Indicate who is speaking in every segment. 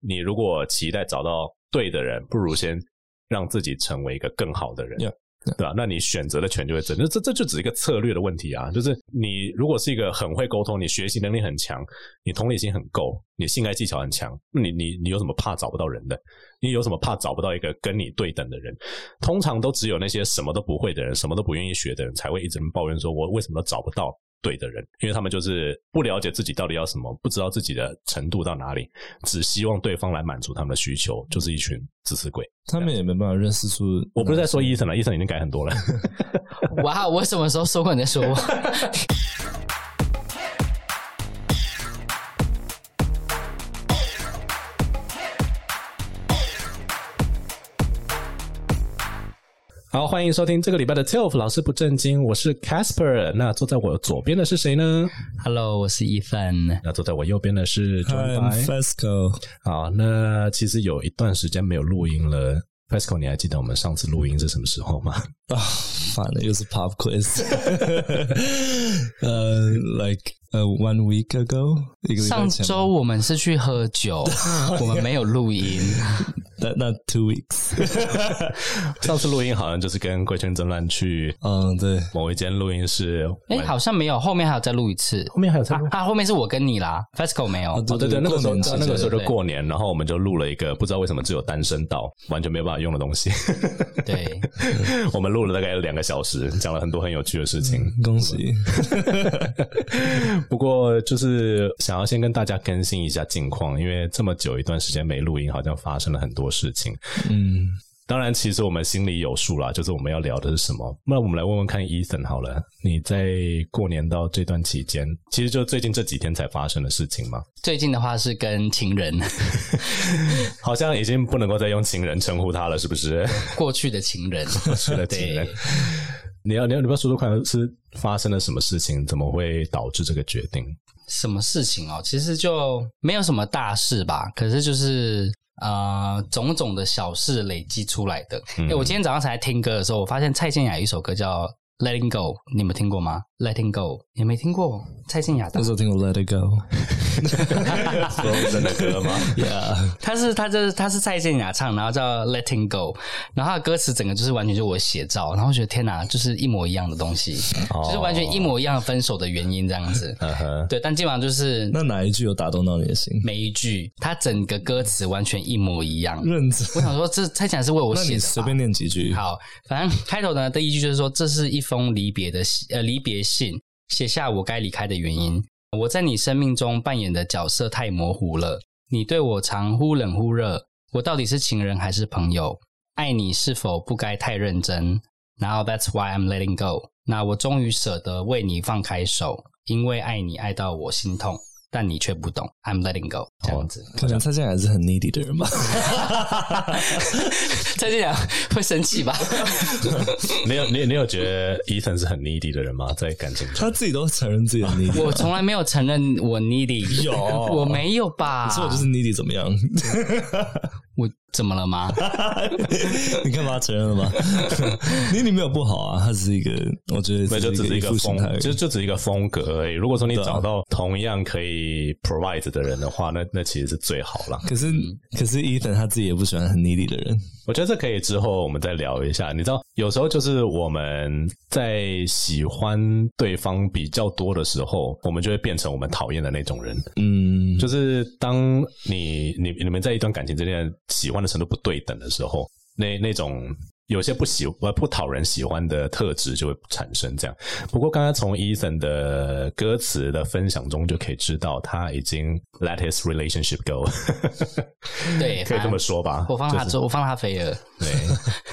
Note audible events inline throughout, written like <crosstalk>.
Speaker 1: 你如果期待找到对的人，不如先让自己成为一个更好的人
Speaker 2: Yeah,
Speaker 1: 对吧？那你选择的权就会增，这这这就只是一个策略的问题啊。就是你如果是一个很会沟通，你学习能力很强，你同理心很够，你性爱技巧很强，你你你有什么怕找不到人的？你有什么怕找不到一个跟你对等的人？通常都只有那些什么都不会的人，什么都不愿意学的人，才会一直抱怨说：“我为什么都找不到对的人？”因为他们就是不了解自己到底要什么，不知道自己的程度到哪里，只希望对方来满足他们的需求，就是一群自私鬼。
Speaker 2: 他们也没办法认识出。
Speaker 1: 我嗯不是在说伊森了，伊森已经改很多了。 <laughs>
Speaker 3: 哇，我什么时候说过你在说
Speaker 2: <laughs>
Speaker 3: 我？
Speaker 1: 好，欢迎收听这个礼拜的 TILF 老师不正经，我是 Casper。那坐在我左边的是谁呢？
Speaker 3: Hello，我是一凡。
Speaker 1: 那坐在我右边的是 John
Speaker 2: I'm
Speaker 1: Bai
Speaker 2: Fesco，
Speaker 1: 好，那其实有一段时间没有录音了。Pascal，你还记得我们上次录音是什么时候吗？
Speaker 2: 啊，烦了，又是 pop quiz。呃、l i k e 呃、one week ago，一个礼拜前
Speaker 3: 上
Speaker 2: 吗
Speaker 3: 周我们是去喝
Speaker 1: <laughs>
Speaker 3: 酒，我们没有录音。
Speaker 2: 那那 two weeks，
Speaker 1: <laughs> 上次录音好像就是跟贵圈争乱去
Speaker 2: 嗯，对，
Speaker 1: 某一间录音室。
Speaker 3: 哎、好像没有，后面还有再录一
Speaker 1: <laughs>
Speaker 3: 次。
Speaker 1: 后面还有参
Speaker 3: 啊啊，后面是我跟你啦，FESCO 没有。
Speaker 2: 哦
Speaker 1: 哦，对对，那个时候
Speaker 2: 过年期间
Speaker 1: 那个时候就
Speaker 3: 对
Speaker 1: 过年，然后我们就录了一个不知道为什么只有单声道，完全没有办法用的东西。
Speaker 3: 对，
Speaker 1: <laughs> 我们录了大概两个小时，讲了很多很有趣的事情。
Speaker 2: 恭喜，
Speaker 1: <laughs> 不过就是想要先跟大家更新一下近况，因为这么久一段时间没录音，好像发生了很多事情。
Speaker 2: 嗯，
Speaker 1: 当然，其实我们心里有数啦，就是我们要聊的是什么。那我们来问问看，Ethan 好了，你在过年到这段期间，其实就最近这几天才发生的事情嘛，
Speaker 3: 最近的话是跟情人， <laughs>
Speaker 1: 好像已经不能够再用情人称呼他了，是不是？ <laughs>
Speaker 3: 过去的情人，过
Speaker 1: 去的情人你要你要你不要说说看，是发生了什么事情，怎么会导致这个决定？
Speaker 3: 什么事情哦？其实就没有什么大事吧，可是就是呃种种的小事累积出来的。
Speaker 1: 嗯
Speaker 3: 诶我今天早上才听歌的时候，我发现蔡健雅有一首歌叫《Letting Go》，你们听过吗？Letting Go 也没听过蔡健雅的
Speaker 2: <laughs> 那，时候听过 Let It Go，Yeah，
Speaker 1: <laughs> 真的歌吗？
Speaker 3: 她是她这她是蔡健雅唱，然后叫《Letting Go》，然后她的歌词整个就是完全就我写照，然后我觉得天哪，就是一模一样的东西，
Speaker 2: 哦
Speaker 3: 就是完全一模一样分手的原因这样
Speaker 2: <laughs>
Speaker 3: 子。
Speaker 1: 嗯哼，
Speaker 3: 对，但基本上就是
Speaker 2: 那哪一句有打动到你的心？
Speaker 3: 每一句，它整个歌词完全一模一样。
Speaker 2: 认真，
Speaker 3: 我想说，这猜想是为我
Speaker 2: 那
Speaker 3: 写
Speaker 2: 你
Speaker 3: 的
Speaker 2: 随
Speaker 3: 吧。
Speaker 2: 便念几句，
Speaker 3: 好，反正开头呢，第一句就是说，这是一封离别的信呃离别信，写下我该离开的原因。我在你生命中扮演的角色太模糊了，你对我常忽冷忽热，我到底是情人还是朋友？爱你是否不该太认真？Now that's why I'm letting go。那我终于舍得为你放开手，因为爱你爱到我心痛，但你却不懂。I'm letting go，这样子。
Speaker 2: 可能蔡健雅还是很 needy 的人吧。 <laughs>
Speaker 3: 再这样会生气吧？
Speaker 1: 你有你你有觉得 Ethan 是很 needy 的人吗？在感情中，
Speaker 2: 他自己都承认自己很 needy，
Speaker 3: <laughs> 我从来没有承认我 needy，
Speaker 2: 有
Speaker 3: <laughs> 我没有吧？
Speaker 2: 所以我就是 needy 怎么样？
Speaker 3: 我怎么
Speaker 1: <laughs>
Speaker 3: 了吗？
Speaker 2: <laughs> 你看把他承认了吧？needy 没有不好啊，他只是一个，我觉得
Speaker 1: 那就只是一个
Speaker 2: 负心
Speaker 1: 风啊
Speaker 2: 态而，已
Speaker 1: 就就只是一个风格而已。如果说你找到同样可以 provide 的人的话，那那其实是最好了。
Speaker 2: 可是
Speaker 1: 嗯
Speaker 2: 可是 Ethan 他自己也不喜欢很 needy 的人，
Speaker 1: 我觉得这可以之后我们再聊一下。你知道，有时候就是我们在喜欢对方比较多的时候，我们就会变成我们讨厌的那种人。
Speaker 2: 嗯，
Speaker 1: 就是当你你你们在一段感情之间喜欢的程度不对等的时候，那那种有些不喜呃不讨人喜欢的特质就会产生这样。不过刚刚从 Ethan 的歌词的分享中就可以知道，他已经 let his relationship
Speaker 3: <laughs>
Speaker 1: go，
Speaker 3: 对，
Speaker 1: 可以这么说吧？
Speaker 3: 我放他走，我放他飞了。
Speaker 1: 对，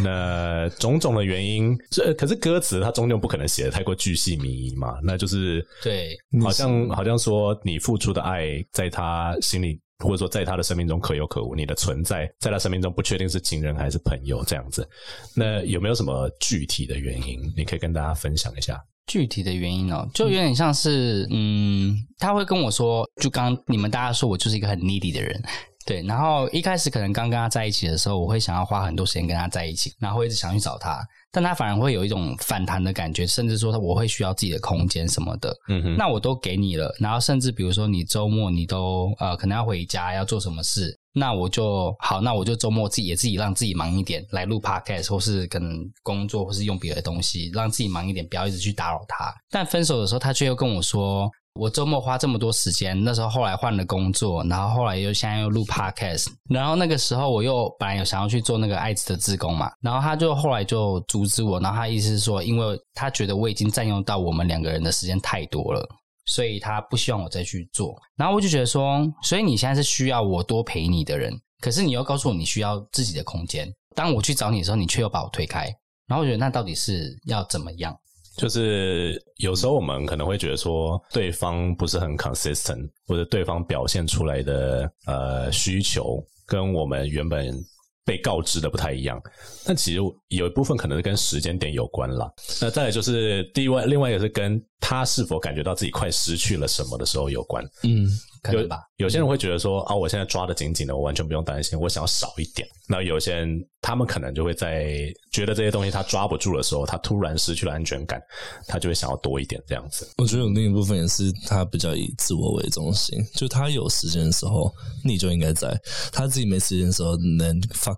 Speaker 1: 那种种的原因，这可是歌词它终究不可能写的太过巨细靡遗嘛，那就是
Speaker 3: 对，
Speaker 1: 好像好像说你付出的爱，在他心里或者说在他的生命中可有可无，你的存在在他生命中不确定是情人还是朋友这样子。那有没有什么具体的原因，你可以跟大家分享一下？
Speaker 3: 具体的原因哦，就有点像是，嗯，他会跟我说，就刚你们大家说我就是一个很 needy 的人。对，然后一开始可能刚跟他在一起的时候，我会想要花很多时间跟他在一起，然后会一直想去找他，但他反而会有一种反弹的感觉，甚至说他我会需要自己的空间什么的。
Speaker 1: 嗯哼，
Speaker 3: 那我都给你了，然后甚至比如说你周末你都呃可能要回家要做什么事，那我就好，那我就周末自己也自己让自己忙一点，来录 podcast 或是跟工作或是用别的东西，让自己忙一点，不要一直去打扰他。但分手的时候，他却又跟我说，我周末花这么多时间，那时候后来换了工作，然后后来又现在又录 podcast，然后那个时候我又本来有想要去做那个艾滋的志工嘛，然后他就后来就阻止我，然后他意思是说，因为他觉得我已经占用到我们两个人的时间太多了。所以他不希望我再去做。然后我就觉得说，所以你现在是需要我多陪你的人，可是你又告诉我你需要自己的空间。当我去找你的时候，你却又把我推开。然后我觉得那到底是要怎么样？
Speaker 1: 就是有时候我们可能会觉得说，对方不是很 consistent，或者对方表现出来的呃需求跟我们原本被告知的不太一样。但其实有一部分可能是跟时间点有关啦。那再来就是第外另外一个是跟他是否感觉到自己快失去了什么的时候有关。
Speaker 2: 嗯，
Speaker 3: 可能吧。
Speaker 1: 有些人会觉得说啊，我现在抓的紧紧的，我完全不用担心，我想要少一点。那有些人他们可能就会在觉得这些东西他抓不住的时候，他突然失去了安全感，他就会想要多一点这样子。
Speaker 2: 我觉得有另一部分也是他比较以自我为中心，就他有时间的时候你就应该在，他自己没时间的时候能 fuck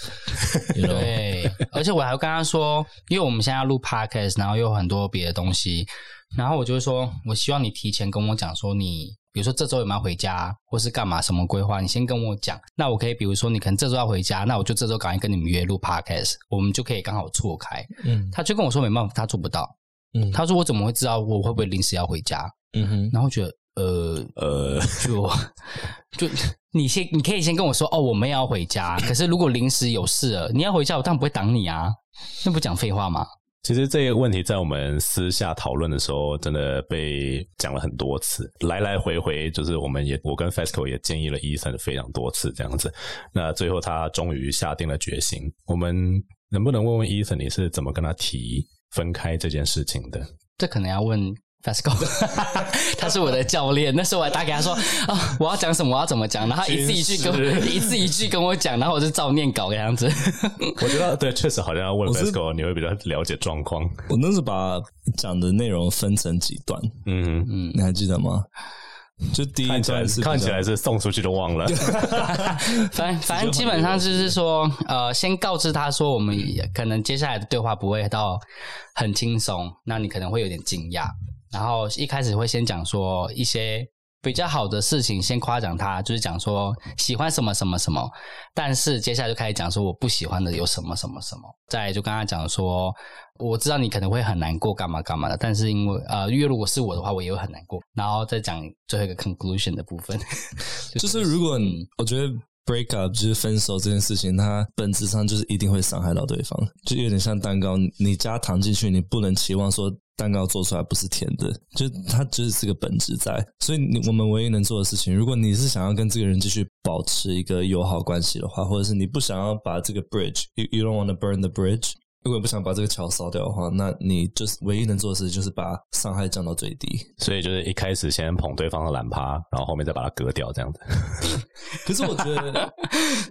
Speaker 2: off，you know?
Speaker 3: 对，而且我还跟他说，因为我们现在要录 podcast，然后又有很多别的东西，然后我就会说，我希望你提前跟我讲说你。比如说这周有没有回家，或是干嘛什么规划，你先跟我讲。那我可以，比如说你可能这周要回家，那我就这周赶快跟你们约录 podcast，我们就可以刚好错开。
Speaker 2: 嗯
Speaker 3: 他就跟我说没办法，他做不到。
Speaker 2: 嗯
Speaker 3: 他说我怎么会知道我会不会临时要回家？
Speaker 2: 嗯哼，
Speaker 3: 然后觉得呃呃，就就你先你可以先跟我说哦，我们也要回家。可是如果临时有事了，你要回家，我当然不会挡你啊，那不讲废话吗？
Speaker 1: 其实这个问题在我们私下讨论的时候，真的被讲了很多次，来来回回就是我们也我跟 Fesco 也建议了 Ethan 非常多次这样子。那最后他终于下定了决心。我们能不能问问 Ethan 你是怎么跟他提分开这件事情的？
Speaker 3: 这可能要问 Fasco，他是我的教练。那时候我还打给他说啊，我要讲什么，我要怎么讲，然后他一字一句跟我一字一句跟我讲，然后我就照念稿这样子。
Speaker 1: 我觉得对，确实好像要问
Speaker 2: 我是
Speaker 1: Vesco，你会比较了解状况。
Speaker 2: 我那时候把讲的内容分成几段，
Speaker 1: 嗯，
Speaker 3: 嗯，
Speaker 2: 你还记得吗？就第一
Speaker 1: 看起来
Speaker 2: 段是比较
Speaker 1: 看起来是送出去都忘
Speaker 2: <laughs>
Speaker 1: 了。
Speaker 3: 反反正基本上就是说，呃，先告知他说，我们可能接下来的对话不会到很轻松，那你可能会有点惊讶。然后一开始会先讲说一些比较好的事情，先夸奖他，就是讲说喜欢什么什么什么。但是接下来就开始讲说我不喜欢的有什么什么什么，再来就跟他讲说，我知道你可能会很难过，干嘛干嘛的。但是因为呃，因为如果是我的话，我也会很难过。然后再讲最后一个 conclusion 的部分， <laughs>
Speaker 2: 就是如果你，我觉得 break up 就是分手这件事情，它本质上就是一定会伤害到对方，就有点像蛋糕，你你加糖进去，你不能期望说蛋糕做出来不是甜的，就它只是个本质在。所以你我们唯一能做的事情，如果你是想要跟这个人继续保持一个友好关系的话，或者是你不想要把这个 bridge，you you don't want to burn the bridge。如果你不想把这个桥烧掉的话，那你就是唯一能做的事就是把伤害降到最低。
Speaker 1: 所以就是一开始先捧对方的懒趴，然后后面再把它割掉，这样子。
Speaker 2: 可是我觉得，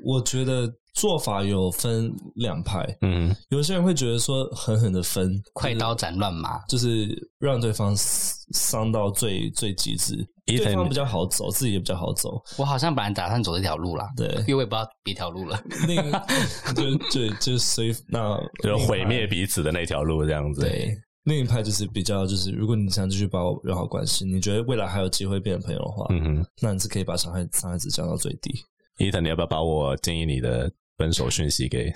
Speaker 2: 我觉得做法有分两派，
Speaker 1: 嗯，
Speaker 2: 有些人会觉得说狠狠的分，
Speaker 3: 快刀斩乱麻。
Speaker 2: 就是让对方伤到最最极致，
Speaker 1: Ethan-
Speaker 2: 对方比较好走，自己也比较好走。
Speaker 3: 我好像本来打算走这条路啦，
Speaker 2: 对
Speaker 1: <laughs>
Speaker 3: 因为我也不知道别条路了。 <laughs>
Speaker 2: 那个就就就随那
Speaker 1: 就是毁灭彼此的那条路，这样子。
Speaker 2: 对。另一派就是比较，就是如果你想继续把友好关系，你觉得未来还有机会变成朋友的话，
Speaker 1: 嗯哼，
Speaker 2: 那你是可以把伤害伤害值降到最低。
Speaker 1: 伊藤，你要不要把我建议你的分手讯息 <laughs> 给？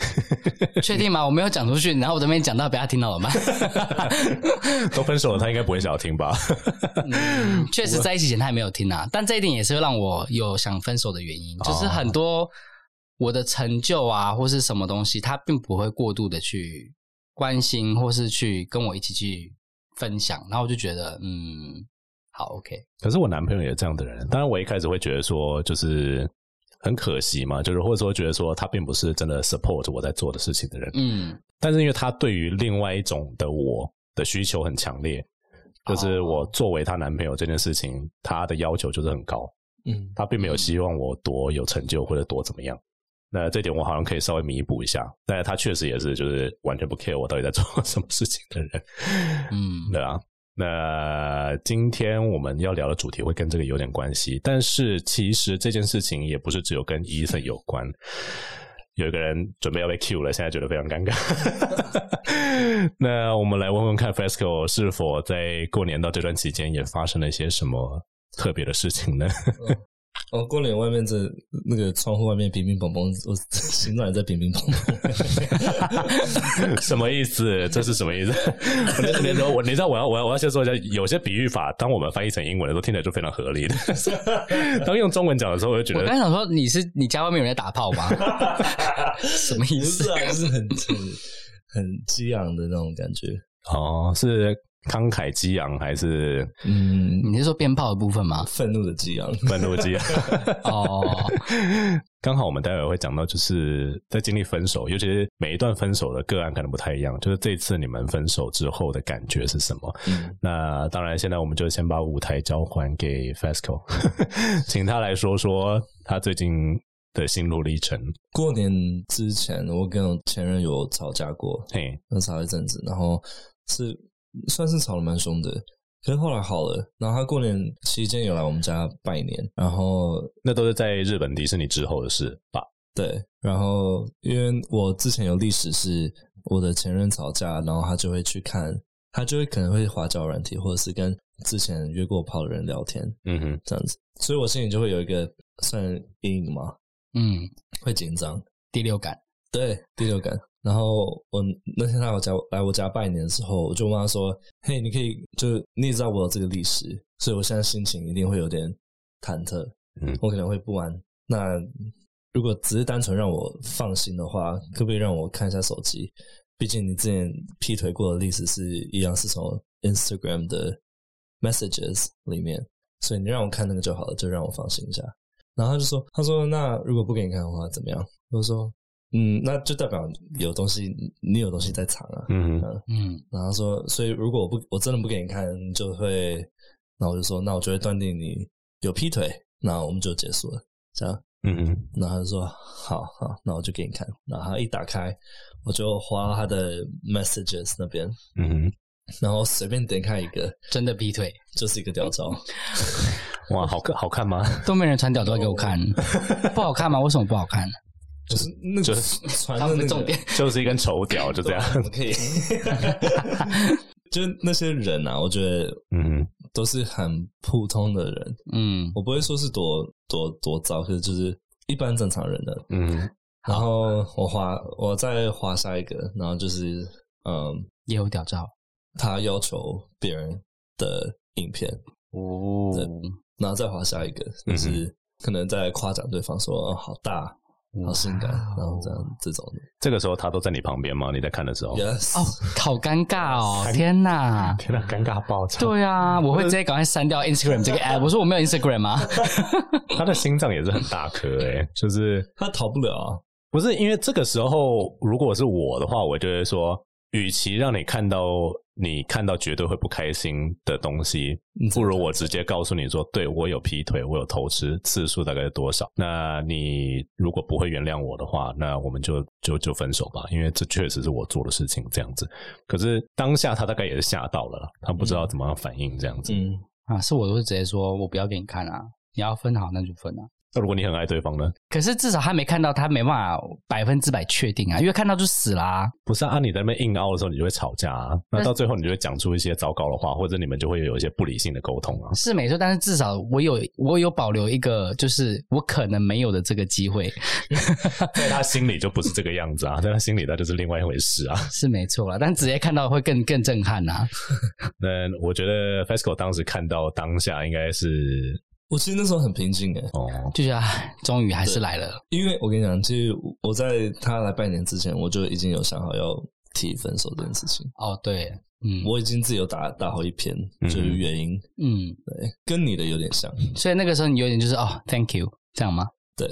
Speaker 3: 确定吗？我没有讲出去，然后我这边讲到被他听到了吗？
Speaker 1: 都分手了，他应该不会想要听吧？
Speaker 3: 嗯确实在一起前他也没有听啊，但这一点也是让我有想分手的原因，就是很多我的成就啊或是什么东西，他并不会过度的去关心或是去跟我一起去分享，然后我就觉得嗯，好 OK，
Speaker 1: 可是我男朋友也这样的人。当然，我一开始会觉得说，就是很可惜嘛，就是或者说觉得说他并不是真的 support 我在做的事情的人。
Speaker 3: 嗯，
Speaker 1: 但是因为他对于另外一种的我的需求很强烈，就是我作为她男朋友这件事情，她的要求就是很高，
Speaker 2: 嗯，
Speaker 1: 她并没有希望我多有成就或者多怎么样。那这点我好像可以稍微弥补一下，但是她确实也是就是完全不 care 我到底在做什么事情的人，
Speaker 3: 嗯
Speaker 1: 对啊。那今天我们要聊的主题会跟这个有点关系，但是其实这件事情也不是只有跟 Ethan 有关。有一个人准备要被 Q 了，现在觉得非常尴尬。 <laughs> 那我们来问问看，Fresco 是否在过年到这段期间也发生了一些什么特别的事情呢？ <laughs>
Speaker 2: 哦，过年外面这那个窗户外面乒乒乓乓，我心脏也在乒乒乓乓。
Speaker 1: 什么意思？这是什么意思？ <laughs> 我那那时候我你知道我要我要我要先说一下，有些比喻法，当我们翻译成英文的时候，听起来就非常合理的。 <laughs> 当用中文讲的时候，我就觉
Speaker 3: 我
Speaker 1: 得
Speaker 3: 刚想说你是你家外面有人在打炮吗？ <laughs>
Speaker 2: <laughs>
Speaker 3: 什么意
Speaker 2: 不
Speaker 3: 思
Speaker 2: 是？啊， <laughs> 就是很很很激昂的那种感觉。
Speaker 1: 哦，是慷慨激昂还是
Speaker 2: 嗯，
Speaker 3: 你是说鞭炮的部分吗？
Speaker 2: 愤怒的激昂。
Speaker 1: 愤怒激昂？ <laughs>
Speaker 3: 哦，
Speaker 1: 刚好我们待会会讲到，就是在经历分手，尤其是每一段分手的个案可能不太一样，就是这次你们分手之后的感觉是什么？
Speaker 2: 嗯
Speaker 1: 那当然，现在我们就先把舞台交还给 Fasco，请他来说说他最近的心路历程。
Speaker 2: 过年之前，我跟我前任有吵架过，
Speaker 1: 嘿，
Speaker 2: 那吵一阵子，然后是算是吵得蛮凶的，可是后来好了。然后他过年期间有来我们家拜年，然后
Speaker 1: 那都是在日本迪士尼之后的事吧？
Speaker 2: 对，然后因为我之前有历史是我的前任吵架，然后他就会去看，他就会可能会滑交友软体，或者是跟之前约过炮的人聊天
Speaker 1: 嗯哼，
Speaker 2: 这样子，所以我心里就会有一个算阴影嘛，
Speaker 3: 嗯，
Speaker 2: 会紧张，
Speaker 3: 第六感，
Speaker 2: 对第六感。然后我那天来我家来我家拜年的时候，我就问他说：“嘿，你可以就是你也知道我有这个历史，所以我现在心情一定会有点忐忑，
Speaker 1: 嗯
Speaker 2: 我可能会不安。那如果只是单纯让我放心的话，可不可以让我看一下手机？毕竟你之前劈腿过的历史是一样，是从 Instagram 的 messages 里面，所以你让我看那个就好了，就让我放心一下。然后他就说，他说那如果不给你看的话怎么样？我说，嗯，那就代表有东西，你有东西在藏啊。
Speaker 1: 嗯哼，
Speaker 3: 嗯，
Speaker 2: 然后他说，所以如果我不我真的不给你看，你就会，那我就说，那我就会断定你有劈腿，那我们就结束了，这样。
Speaker 1: 嗯哼，
Speaker 2: 然后他就说好好，那我就给你看。然后他一打开，我就滑到他的 messages 那边，
Speaker 1: 嗯
Speaker 2: 然后随便点开一个，
Speaker 3: 真的劈腿，
Speaker 2: 就是一个屌照。
Speaker 1: 哼，哇，好看好看吗？ <laughs>
Speaker 3: 都没人传屌照给我看，不好看吗？为什么不好看？
Speaker 2: 就是那
Speaker 1: 就
Speaker 2: 个
Speaker 1: 是
Speaker 2: 传
Speaker 3: 他
Speaker 2: 的
Speaker 3: 们
Speaker 2: 那个
Speaker 3: 的重点，
Speaker 1: 就是一根丑屌，就这
Speaker 2: <laughs>
Speaker 1: 样。
Speaker 2: 对啊可以。就那些人啊，我觉得
Speaker 1: 嗯哼，
Speaker 2: 都是很普通的人，
Speaker 3: 嗯，
Speaker 2: 我不会说是多多多糟，可是就是一般正常人的。
Speaker 1: 嗯哼，
Speaker 2: 然后我滑，我再滑下一个，然后就是嗯，
Speaker 3: 也有屌照，
Speaker 2: 他要求别人的影片，
Speaker 3: 哦，
Speaker 2: 然后再滑下一个，
Speaker 3: 嗯
Speaker 2: 就是可能在夸奖对方说、哦、好大、好性感，然后这样这种的。
Speaker 1: 这个时候他都在你旁边吗？你在看的时候，
Speaker 2: Yes，、
Speaker 3: 哦哦，好尴尬哦，天哪！
Speaker 1: 天哪，尴尬爆炸！
Speaker 3: 对啊，我会直接赶快删掉 Instagram 这个 app。我说我没有 Instagram 啊，
Speaker 1: 他的心脏也是很大颗诶、就是
Speaker 2: 他逃不了啊。
Speaker 1: 不是因为这个时候，如果是我的话，我就会说，与其让你看到你看到绝对会不开心的东西，不如我直接告诉你说，对我有劈腿，我有偷吃，次数大概是多少？那你如果不会原谅我的话，那我们就就就分手吧，因为这确实是我做的事情，这样子。可是当下他大概也是吓到了啦，他不知道怎么样反应这样子。
Speaker 2: 嗯，
Speaker 3: 啊，是我都会直接说我不要给你看啊，你要分好那就分啊。
Speaker 1: 那如果你很爱对方呢？
Speaker 3: 可是至少他没看到，他没办法百分之百确定啊，因为看到就死啦、
Speaker 1: 不是啊，啊你在那边硬凹的时候，你就会吵架啊。那
Speaker 3: 但
Speaker 1: 到最后，你就会讲出一些糟糕的话，或者你们就会有一些不理性的沟通啊。
Speaker 3: 是没错，但是至少我有我有保留一个，就是我可能没有的这个机会，
Speaker 1: 在他心里就不是这个样子 <laughs> 啊，在他心里那就是另外一回事啊。 <laughs>
Speaker 3: 是没错啦。但直接看到会更更震撼啊！
Speaker 1: 那我觉得 FESCO 当时看到当下应该是
Speaker 2: 我其实那时候很平静诶，
Speaker 1: 哦，
Speaker 3: 就觉得唉终于还是来了，
Speaker 2: 因为我跟你讲，其实我在他来拜年之前，我就已经有想好要提分手这件事情，
Speaker 3: 哦，对，嗯，
Speaker 2: 我已经自己有打打好一篇，
Speaker 1: 嗯
Speaker 2: 就是原因，
Speaker 3: 嗯，
Speaker 2: 对，跟你的有点像。 <laughs>
Speaker 3: 所以那个时候你有点就是哦，Thank you，这样吗
Speaker 2: 对，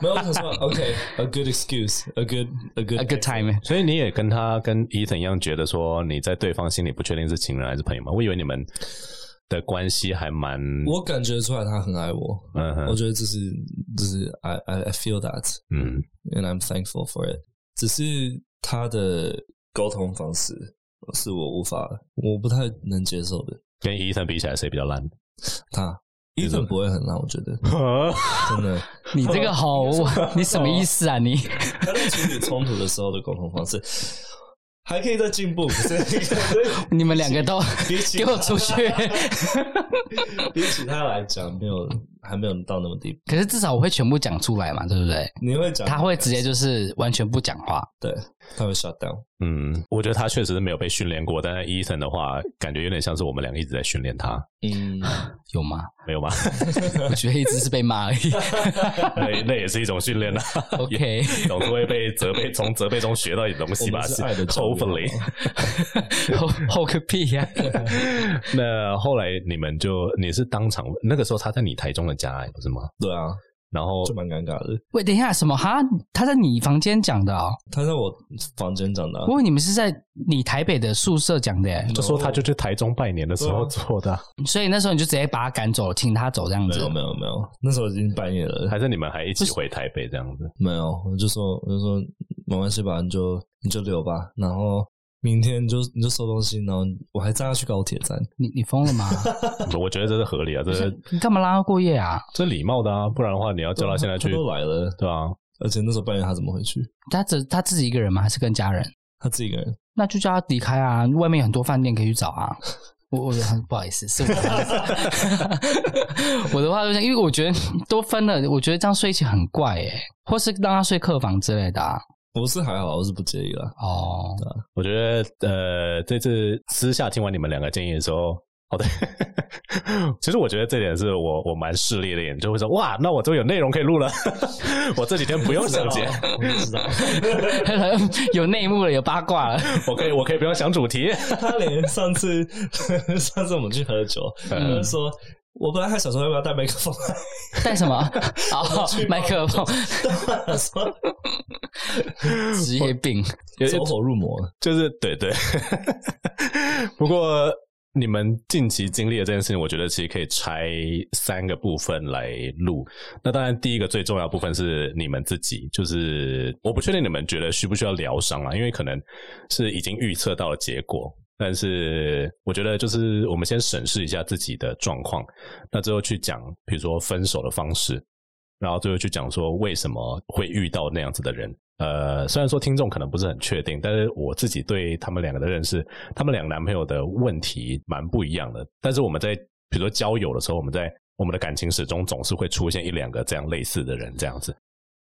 Speaker 2: 没有，我想
Speaker 3: <laughs>
Speaker 2: 说，OK，a good excuse，a good，a good，
Speaker 3: ？A good time，
Speaker 1: 所以你也跟他跟 Ethan 一样，觉得说你在对方心里不确定是情人还是朋友吗？我以为你们的关系还蛮
Speaker 2: 我感觉出来他很爱我，
Speaker 1: 嗯
Speaker 2: 我
Speaker 1: 哼
Speaker 2: 觉得这是就是 I I I feel that
Speaker 1: 嗯
Speaker 2: and I'm thankful for it。只是他的沟通方式，是我无法，我不太能接受的。
Speaker 1: 跟伊森比起来，谁比较 <laughs> 烂？
Speaker 2: 他
Speaker 1: 你
Speaker 2: 一
Speaker 1: 怎
Speaker 2: 本
Speaker 1: 么
Speaker 2: 不会很烂，我觉得真
Speaker 3: <laughs>
Speaker 2: 的。
Speaker 3: <laughs> 你这个 <laughs> 好，我你什么意思啊？你
Speaker 2: 他在情侣冲突的时候的沟通方式还可以再
Speaker 3: <laughs>
Speaker 2: 进步，可是
Speaker 3: 你们两个都
Speaker 2: 比起
Speaker 3: 给我出去！ <laughs>
Speaker 2: <laughs> 比起他来讲，没有还没有到那么低。
Speaker 3: 可是至少我会全部讲出来嘛，对不对？
Speaker 2: 你会讲
Speaker 3: 他会直接就是完全不讲话，
Speaker 2: 对，他会 shut down。
Speaker 1: 嗯，我觉得他确实是没有被训练过，但是伊森的话，感觉有点像是我们两个一直在训练他，
Speaker 2: 嗯，
Speaker 3: 有吗？ <laughs>
Speaker 1: 没有吗？ <laughs>
Speaker 3: 我觉得一直是被 <laughs> 骂而已。
Speaker 1: 那那也是一种训练啊。
Speaker 3: OK， <laughs>
Speaker 1: 总是会被责备，从责备中学到一点东西吧。
Speaker 2: 我们是爱的教育
Speaker 1: hopefully。
Speaker 3: 后后个屁呀、 <laughs>
Speaker 1: 那后来你们就你是当场那个时候他在你台中的家、不是吗？
Speaker 2: 对啊，
Speaker 1: 然后
Speaker 2: 就蛮尴尬的。
Speaker 3: 喂，等一下，什么哈？他在你房间讲的哦？
Speaker 2: 他在我房间长大，
Speaker 3: 不过你们是在你台北的宿舍讲的耶，
Speaker 1: 就说他就去台中拜年的时候做的啊，
Speaker 3: 所以那时候你就直接把他赶走，请他走这样
Speaker 2: 没
Speaker 3: 子
Speaker 2: 有。没有没有，那时候已经半夜了，
Speaker 1: 还是你们还一起回台北这样子？ <laughs>
Speaker 2: 没有，我就说我就说没关系吧，你就你就留吧，然后明天就你就收东西，然后我还载他去高铁站，
Speaker 3: 你你疯了吗？
Speaker 1: 我觉得这是合理啊，这是
Speaker 3: 你干嘛拉他过夜啊？
Speaker 1: 这礼貌的啊，不然的话你要叫他现在去，
Speaker 2: 都来了，
Speaker 1: 对啊，
Speaker 2: 而且那时候半夜他怎么回去？
Speaker 3: 他只他自己一个人吗？还是跟家人？
Speaker 2: 他自己一个人，
Speaker 3: 那就叫他离开啊！外面有很多饭店可以去找啊。我我不好意思，是我的话 <laughs> 就是，我的话就是，因为我觉得都分了，我觉得这样睡一起很怪哎、或是让他睡客房之类的啊。
Speaker 2: 我是还好，我是不介意啦。
Speaker 3: 哦， <laughs>
Speaker 1: 我觉得呃，这次私下听完你们两个建议的时 <laughs> 候，哦对，其实我觉得这点是我我蛮势利的一点，就会说哇，那我终于有内容可以录了， <laughs> 我这几天不用想节，
Speaker 2: 我不知道，
Speaker 3: 有内幕了，有八卦了。
Speaker 1: 我可以我可以不用想主题，
Speaker 2: 他连上次 <laughs> 上次我们去喝酒，他
Speaker 3: 嗯
Speaker 2: 就说。我本来还想说要不要带麦克风 <laughs> 来，
Speaker 3: 带什么？哦，麦克风，
Speaker 2: 他说
Speaker 3: 职业病。
Speaker 2: 走火入魔，
Speaker 1: 就是对对。 <laughs> 不过你们近期经历的这件事情，我觉得其实可以拆三个部分来录。那当然，第一个最重要的部分是你们自己，就是我不确定你们觉得需不需要疗伤啊，因为可能是已经预测到了结果。但是我觉得，就是我们先审视一下自己的状况，那之后去讲，比如说分手的方式，然后最后去讲说为什么会遇到那样子的人。呃，虽然说听众可能不是很确定，但是我自己对他们两个的认识，他们两个男朋友的问题蛮不一样的。但是我们在比如说交友的时候，我们在我们的感情史中总是会出现一两个这样类似的人这样子。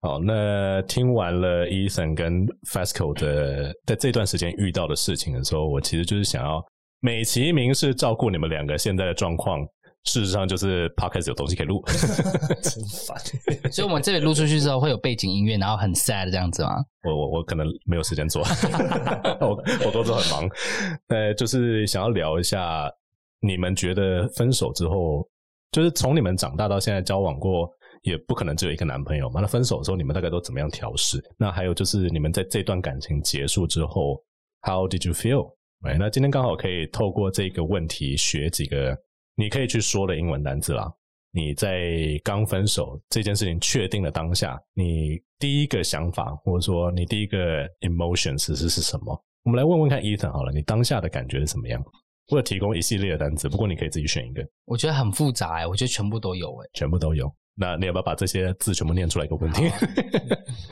Speaker 1: 好，那听完了 Ethan 跟 Fasco 的在这段时间遇到的事情的时候，我其实就是想要美其名是照顾你们两个现在的状况，事实上就是 Podcast 有东西可以录。
Speaker 2: 真烦。
Speaker 3: 所以我们这里录出去之后会有背景音乐，然后很 sad 这样子吗？
Speaker 1: 我我我可能没有时间做， <laughs> 我我工作很忙。呃，就是想要聊一下，你们觉得分手之后，就是从你们长大到现在交往过，也不可能只有一个男朋友嘛。那分手之后，你们大概都怎么样调试？那还有就是，你们在这段感情结束之后，How did you feel？哎，那今天刚好可以透过这个问题学几个你可以去说的英文单字啦。你在刚分手这件事情确定的当下，你第一个想法或者说你第一个 emotion 其实是什么？我们来问问看 Ethan 好了，你当下的感觉是什么样？我有提供一系列的单词，不过你可以自己选一个，
Speaker 3: 我觉得很复杂哎、我觉得全部都有哎、
Speaker 1: 全部都有。那你要不要把这些字全部念出来给我们听？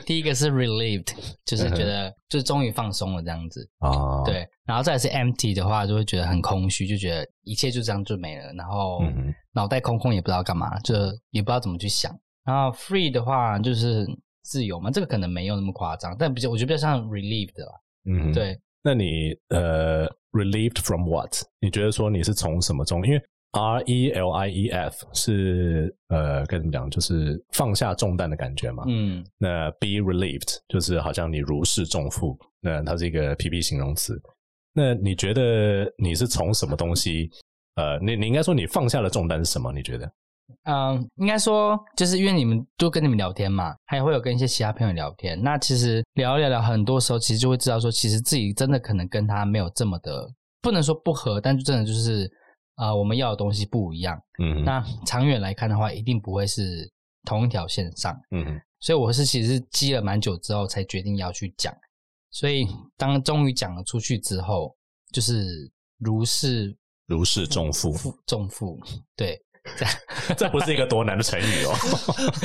Speaker 3: 第一个是 relieved，就是觉
Speaker 1: 嗯
Speaker 3: 得就是终于放松了这样子，
Speaker 1: <laughs> 啊，，
Speaker 3: 对。然后再来是 empty 的话，就会觉得很空虚，就觉得一切就这样就没了，然后
Speaker 1: 嗯哼，
Speaker 3: 脑袋空空也不知道干嘛，就也不知道怎么去想。然后 free 的话就是自由嘛，这个可能没有那么夸张，但比较我觉得比较像 relieved 啦，
Speaker 1: 嗯哼，。
Speaker 3: 对。
Speaker 1: 那你呃，relieved from what？你觉得说你是从什么中？因为 R E L I E F 是呃，该怎么讲？就是放下重担的感觉嘛。
Speaker 3: 嗯，
Speaker 1: 那 be relieved 就是好像你如释重负，那它是一个 PP 形容词。那你觉得你是从什么东西？呃，你你应该说你放下的重担是什么？你觉得？
Speaker 3: 嗯，应该说，就是因为你们都跟你们聊天嘛，还会有跟一些其他朋友聊天。那其实聊一聊聊，很多时候其实就会知道说，其实自己真的可能跟他没有这么的，不能说不合，但就真的就是，呃，我们要的东西不一样。
Speaker 1: 嗯
Speaker 3: 那长远来看的话，一定不会是同一条线上。
Speaker 1: 嗯哼
Speaker 3: 所以我是其实是积了蛮久之后才决定要去讲，所以当终于讲了出去之后，就是如释
Speaker 1: 如释重负，
Speaker 3: 负重负，对，嗯
Speaker 1: 这不是一个多难的成语哦。
Speaker 3: <laughs>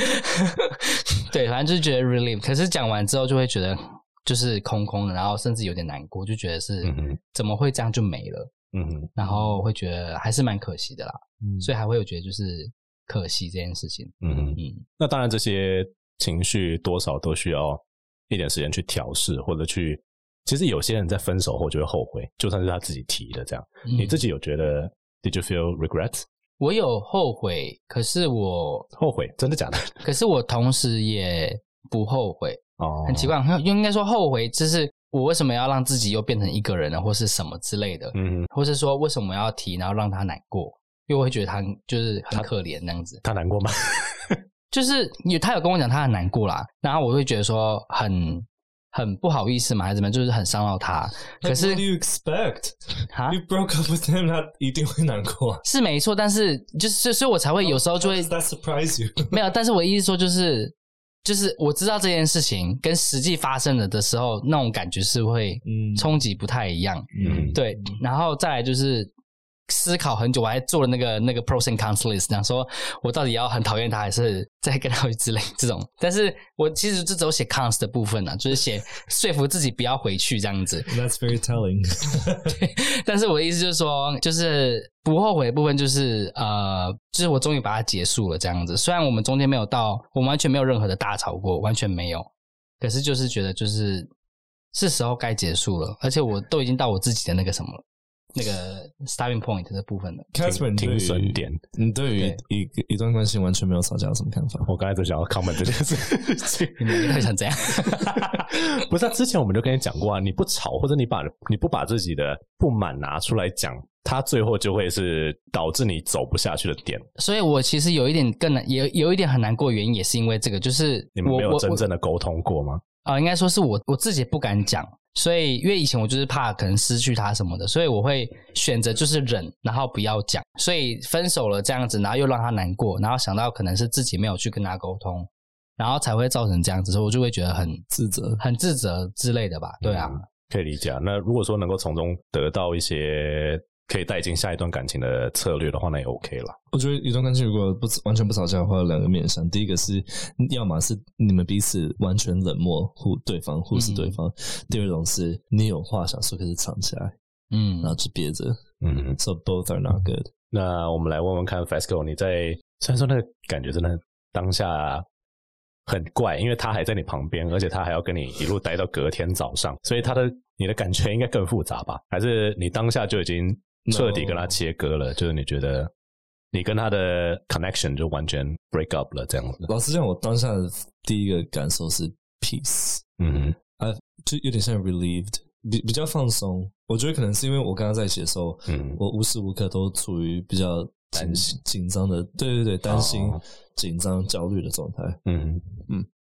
Speaker 3: 对，反正就是觉得 relief。可是讲完之后就会觉得就是空空的，然后甚至有点难过，就觉得是、
Speaker 1: 嗯哼
Speaker 3: 怎么会这样就没了，
Speaker 1: 嗯哼，
Speaker 3: 然后会觉得还是蛮可惜的啦。
Speaker 2: 嗯
Speaker 3: 所以还会有觉得就是可惜这件事情。
Speaker 1: 嗯哼
Speaker 3: 嗯，
Speaker 1: 那当然，这些情绪多少都需要一点时间去调试，或者去。其实有些人在分手后就会后悔，就算是他自己提的这样。你自
Speaker 3: 己
Speaker 1: 己有觉得 Did you feel regret？
Speaker 3: 嗯我有后悔，可是我
Speaker 1: 后悔，真的假的？
Speaker 3: 可是我同时也不后悔，
Speaker 1: 哦，
Speaker 3: 很奇。怪，应应该说后悔就是我为什么要让自己又变成一个人呢，或是什么之类的，
Speaker 1: 嗯哼，
Speaker 3: 或是说为什么要提，然后让他难过，因为我会觉得他很就是很可怜那样子。
Speaker 1: 他难过吗？
Speaker 3: 就是有他有跟我讲他很难过啦，然后我会觉得说很很不好意思嘛，还是怎么样，就是很伤到他。可是
Speaker 2: What do you expect?
Speaker 3: 啊
Speaker 2: You broke up with him，他一定会难过啊。
Speaker 3: 是没错，但是就是所以，我才会有时候就会
Speaker 2: Does that surprise you？
Speaker 3: 没有。但是我的意思说就是就是我知道这件事情跟实际发生了的时候，那种感觉是会
Speaker 2: 嗯
Speaker 3: 冲击不太一样。
Speaker 1: 嗯
Speaker 3: 对，然后再来就是思考很久，我还做了那个那个 pros and cons list，想说我到底要很讨厌他，还是再跟他之类这种。但是我其实就只有写 cons 的部分呢、啊就是写说服自己不要回去这样子。
Speaker 2: That's very
Speaker 3: <laughs>
Speaker 2: telling.
Speaker 3: 但是我的意思就是说，就是不后悔的部分，就是呃，就是我终于把它结束了这样子。虽然我们中间没有到，我们完全没有任何的大吵过，完全没有。可是就是觉得就是是时候该结束了，而且我都已经到我自己的那个
Speaker 1: <laughs>
Speaker 3: 什么了，那个 starting point 的部分了。
Speaker 1: <laughs>
Speaker 2: Catherine，
Speaker 1: 停损点。
Speaker 2: 你对于一个一段关系完全没有吵架有什么看法？
Speaker 1: 我刚才就想要 comment 这件
Speaker 3: <laughs>
Speaker 1: 事情。
Speaker 3: 你们到底想怎
Speaker 1: <laughs>
Speaker 3: 样？
Speaker 1: 不是、啊，之前我们就跟你讲过啊，你不吵或者你把你不把自己的不满拿出来讲，它最后就会是导致你走不下去的点。
Speaker 3: 所以我其实有一点更难，也有一点很难过，原因也是因为这个，就是
Speaker 1: 你们
Speaker 3: 我
Speaker 1: 没有
Speaker 3: 我
Speaker 1: 真
Speaker 3: 我
Speaker 1: 正的沟通过吗？
Speaker 3: 啊、应该说是我我自己不敢讲，所以因为以前我就是怕可能失去他什么的，所以我会选择就是忍，然后不要讲。所以分手了这样子，然后又让他难过，然后想到可能是自己没有去跟他沟通，然后才会造成这样子，所以我就会觉得很
Speaker 2: 自责。
Speaker 3: 很自责之类的吧。对啊，
Speaker 1: 嗯可以理解啊。那如果说能够从中得到一些可以带进下一段感情的策略的话，那也 OK 了。
Speaker 2: 我觉得一段关系如果不完全不吵架的话，有两个面向。第一个是，要么是你们彼此完全冷漠，互对方忽视对方；
Speaker 1: 嗯
Speaker 2: 第二种是你有话想说，可是藏起来，
Speaker 3: 嗯
Speaker 2: 然后就憋着。
Speaker 1: 嗯，
Speaker 2: So both are not good。
Speaker 1: 那我们来问问看 FESCO，你在虽然说那个感觉真的当下很怪，因为他还在你旁边，而且他还要跟你一路待到隔天早上，所以他的你的感觉应该更复杂吧？还是你当下就已经彻底跟他切割了？就是你觉得你跟他的 connection 就完全 break up 了这样子？
Speaker 2: 老实讲，我当下的第一个感受是 peace，
Speaker 1: 嗯
Speaker 2: 就有点像 relieved，比比较放松。我觉得可能是因为我跟他在一起的时候，
Speaker 1: 嗯
Speaker 2: 我无时无刻都处于比较
Speaker 1: 担
Speaker 2: 紧
Speaker 1: 心
Speaker 2: 紧张的，对对对，担心
Speaker 1: 哦、
Speaker 2: 紧张、焦虑的状态。
Speaker 1: 嗯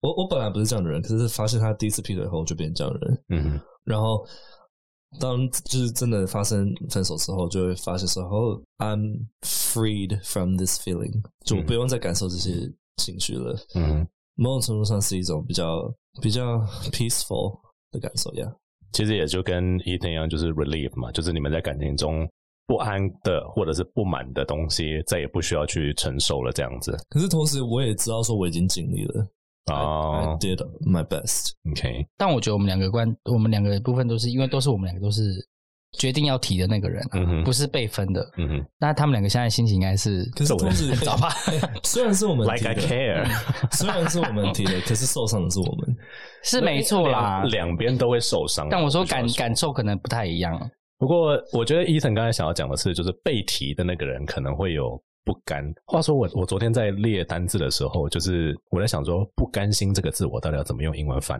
Speaker 2: 我我本来不是这样的人，可是发现他第一次劈腿后，我就变这样的人。
Speaker 1: 嗯
Speaker 2: 然后当就是真的发生分手之后，就会发现说，哦，I'm freed from this feeling，就我不用再感受这些情绪了。
Speaker 1: 嗯，
Speaker 2: 某种程度上是一种比较比较 peaceful 的感受呀。
Speaker 1: 其实也就跟 Ethan 一样，就是 relief 嘛，就是你们在感情中不安的或者是不满的东西，再也不需要去承受了，这样子。
Speaker 2: 可是同时，我也知道说我已经尽力了。I, I
Speaker 1: 哦、
Speaker 2: did my best。
Speaker 1: o k
Speaker 3: 但我觉得我们两个关，我们两个部分都是因为都是我们两个都是决定要提的那个人啊、
Speaker 1: 嗯哼
Speaker 3: 不是被分的。
Speaker 1: 嗯哼
Speaker 3: 那他们两个现在心情应该是
Speaker 2: 可是同时， <laughs>
Speaker 3: 早吧？
Speaker 2: 虽然是我们提
Speaker 1: ，Like I
Speaker 2: 的，
Speaker 1: care，
Speaker 2: 虽然是我们提的，可是受伤的是我们。
Speaker 3: 是没错啦。
Speaker 1: 两边都会受伤。
Speaker 3: 但我说感
Speaker 1: 不需要
Speaker 3: 感受可能不太一样。
Speaker 1: 不过我觉得 Ethan 刚才想要讲的是，就是被提的那个人可能会有不甘。话说我我昨天在列单字的时候，就是我在想说不甘心这个字我到底要怎么用英文翻，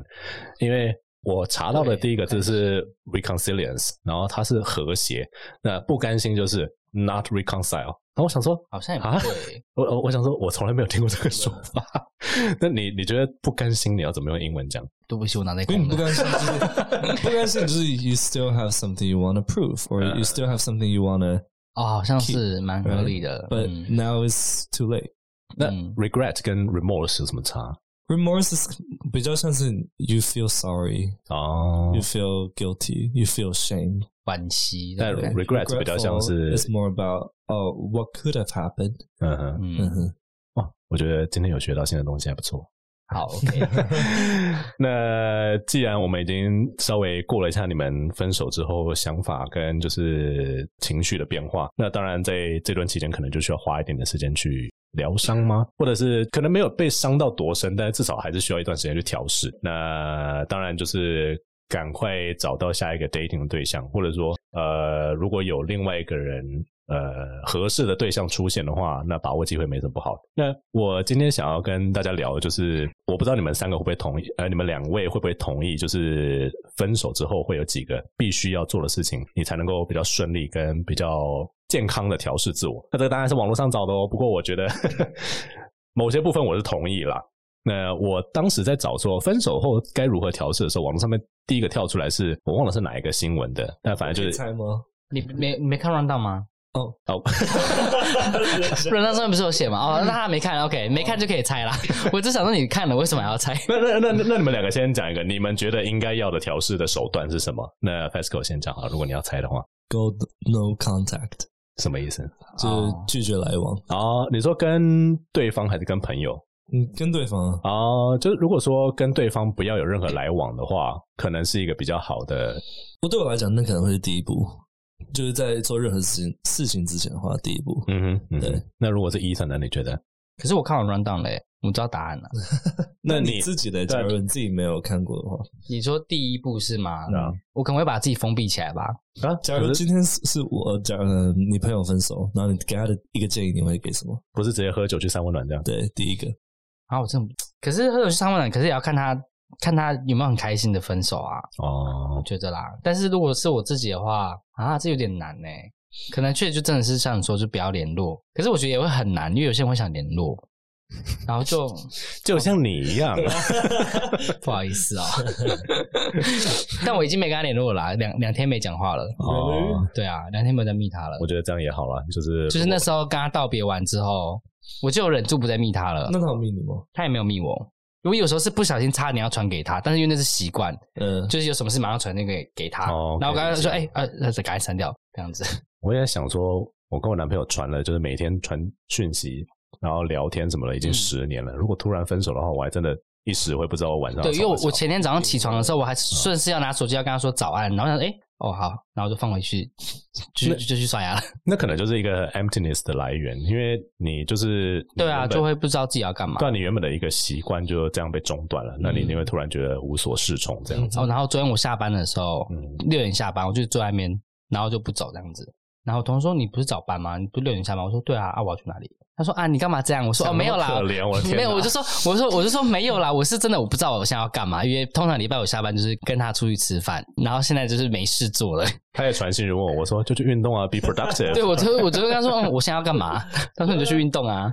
Speaker 1: 因为。我查到的第一个字是 reconciliance，然后它是和谐。那不甘心就是 not reconcile。然后我想说，
Speaker 3: 好像也不
Speaker 1: 啊
Speaker 3: 对。
Speaker 1: 我我我想说，我从来没有听过这个说法。 <laughs> 那你你觉得不甘心，你要怎么用英文讲？
Speaker 3: 对不起，我脑袋
Speaker 2: 因为
Speaker 3: 空
Speaker 2: 你不
Speaker 3: 了。
Speaker 2: 甘心，就是不甘心，就是 you still have something you want to prove, or you still have something you want to.
Speaker 3: 哦，好像是蛮合理的。
Speaker 2: But
Speaker 3: 嗯
Speaker 2: now it's too late.
Speaker 1: 那
Speaker 3: 嗯
Speaker 1: regret 跟 remorse 有什么差？
Speaker 2: Remorse is 比较像是 you feel sorry,
Speaker 1: 哦
Speaker 2: you feel guilty, you feel shame.
Speaker 3: 惋惜。
Speaker 1: 但
Speaker 3: 对不对
Speaker 1: regret 比较像是
Speaker 2: It's more about oh what could have happened。
Speaker 1: 嗯哼，
Speaker 2: 嗯
Speaker 3: 嗯，
Speaker 2: 哼，
Speaker 1: 哦，我觉得今天有学到新的东西还不错。 <laughs>
Speaker 3: 好，OK， <laughs>
Speaker 1: 那既然我们已经稍微过了一下你们分手之后想法跟就是情绪的变化，那当然在这段期间可能就需要花一点的时间去疗伤吗？或者是可能没有被伤到多深，但是至少还是需要一段时间去调试。那当然就是赶快找到下一个 dating 的对象，或者说呃，如果有另外一个人呃合适的对象出现的话，那把握机会没什么不好。那我今天想要跟大家聊，的就是我不知道你们三个会不会同意，呃，你们两位会不会同意，就是分手之后会有几个必须要做的事情，你才能够比较顺利跟比较健康的调试自我。那这个当然是网络上找的哦，不过我觉得 <laughs> 某些部分我是同意啦。那我当时在找说分手后该如何调试的时候，网络上面第一个跳出来是我忘了是哪一个新闻的，但反正就
Speaker 2: 可以
Speaker 1: 是
Speaker 2: 猜吗？
Speaker 3: 你没你没看 round down <laughs> 吗？
Speaker 2: 哦，
Speaker 1: 哦，
Speaker 3: round down 上面不是有写吗？哦，那他没看，OK，没看就可以猜啦。 <laughs> 我只想说你看了，为什么还要猜？
Speaker 1: 那那那那那你们两个先讲一个，你们觉得应该要的调试的手段是什么？那 FESCO 先讲啊，如果你要猜的话，
Speaker 2: go no contact，
Speaker 1: 什么意思？
Speaker 2: 就是拒绝来往。
Speaker 1: 哦，你说跟对方还是跟朋友？
Speaker 2: 嗯，跟对方啊
Speaker 1: 哦，就是如果说跟对方不要有任何来往的话，可能是一个比较好的。
Speaker 2: 不对我来讲，那可能会是第一步，就是在做任何事情事情之前的话，第一步。
Speaker 1: 嗯哼，嗯
Speaker 2: 对
Speaker 1: 哼。那如果是医生呢？你觉得？
Speaker 3: <laughs> 可是我看完 round down 嘞，我知道答案啊了。
Speaker 1: 那
Speaker 2: 你
Speaker 1: 你
Speaker 2: 自己的，
Speaker 1: 对
Speaker 2: 假如你自己没有看过的话，
Speaker 3: 你说第一步是吗？
Speaker 1: 啊
Speaker 3: 我可能会把自己封闭起来吧。
Speaker 1: 啊，
Speaker 2: 假
Speaker 1: 可是
Speaker 2: 如今天是是我，假如呃你朋友分手，然后你给他的一个建议，你会给什么？
Speaker 1: 不是直接喝酒去三温暖这样？
Speaker 2: 对，第一个
Speaker 3: 啊，我真的不可是喝酒去上温暖，可是也要看他看他有没有很开心的分手啊，
Speaker 1: 哦
Speaker 3: 我，觉得啦。但是如果是我自己的话，啊，这有点难呢、可能确实就真的是像你说，就不要联络。可是我觉得也会很难，因为有些人会想联络，然后就
Speaker 1: 就像你一样，啊
Speaker 3: 啊不好意思啊、 <laughs> 但我已经没跟他联络了啦，两两天没讲话了。
Speaker 1: 哦，
Speaker 3: 对啊，两天没有再密他了
Speaker 1: 我。觉得这样也好了，就是
Speaker 3: 就是那时候跟他道别完之后，我就忍住不再密他了。
Speaker 2: 那他有命你吗？
Speaker 3: 他也没有密我。我有时候是不小心差点要传给他，但是因为那是习惯，
Speaker 2: 嗯，
Speaker 3: 就是有什么事马上传那个给他。
Speaker 1: 哦
Speaker 3: 然后我刚刚
Speaker 1: 可以
Speaker 3: 说，哎、呃，呃赶快删掉这样子。
Speaker 1: 我也想说，我跟我男朋友传了，就是每天传讯息，然后聊天什么的，已经
Speaker 3: 嗯
Speaker 1: 十年了。如果突然分手的话，我还真的一时会不知道我晚上
Speaker 3: 对，因为我
Speaker 1: 要吵
Speaker 3: 我
Speaker 1: 不吵
Speaker 3: 前天早上起床的时候，我还顺势要拿手机要跟他说早安，然后想，
Speaker 1: 嗯
Speaker 3: 哎、哦好，然后就放回去， <laughs> 就就就去刷牙了。
Speaker 1: 那可能就是一个 emptiness 的来源，因为你就是你
Speaker 3: 对嗯啊，
Speaker 1: 原本
Speaker 3: 就会不知道自己要干嘛。
Speaker 1: 对啊你原本的一个习惯就这样被中断了，那你你会突然觉得无所适从这样子。
Speaker 3: 哦，然后昨天我下班的时候，
Speaker 1: 嗯
Speaker 3: 六点下班，我就坐在那边，然后就不走这样子。然后同事说：“你不是早班吗？你不是六点下班？”我说：“对啊，啊，我要去哪里？”他说：“啊，你干嘛这样？”我说：“哦，
Speaker 1: 想那么
Speaker 3: 没有啦，
Speaker 1: 可怜啊我的天哪
Speaker 3: 没有。”我就说：“我说我就说没有啦，我是真的我不知道我现在要干嘛，因为通常礼拜五下班就是跟他出去吃饭，然后现在就是没事做了。
Speaker 1: 他也传信问我，我说就去运动啊，be
Speaker 3: <laughs> 对
Speaker 1: productive，
Speaker 3: 我就我就跟他说：‘嗯，我现在要干嘛？’他说：‘你就去运动啊。’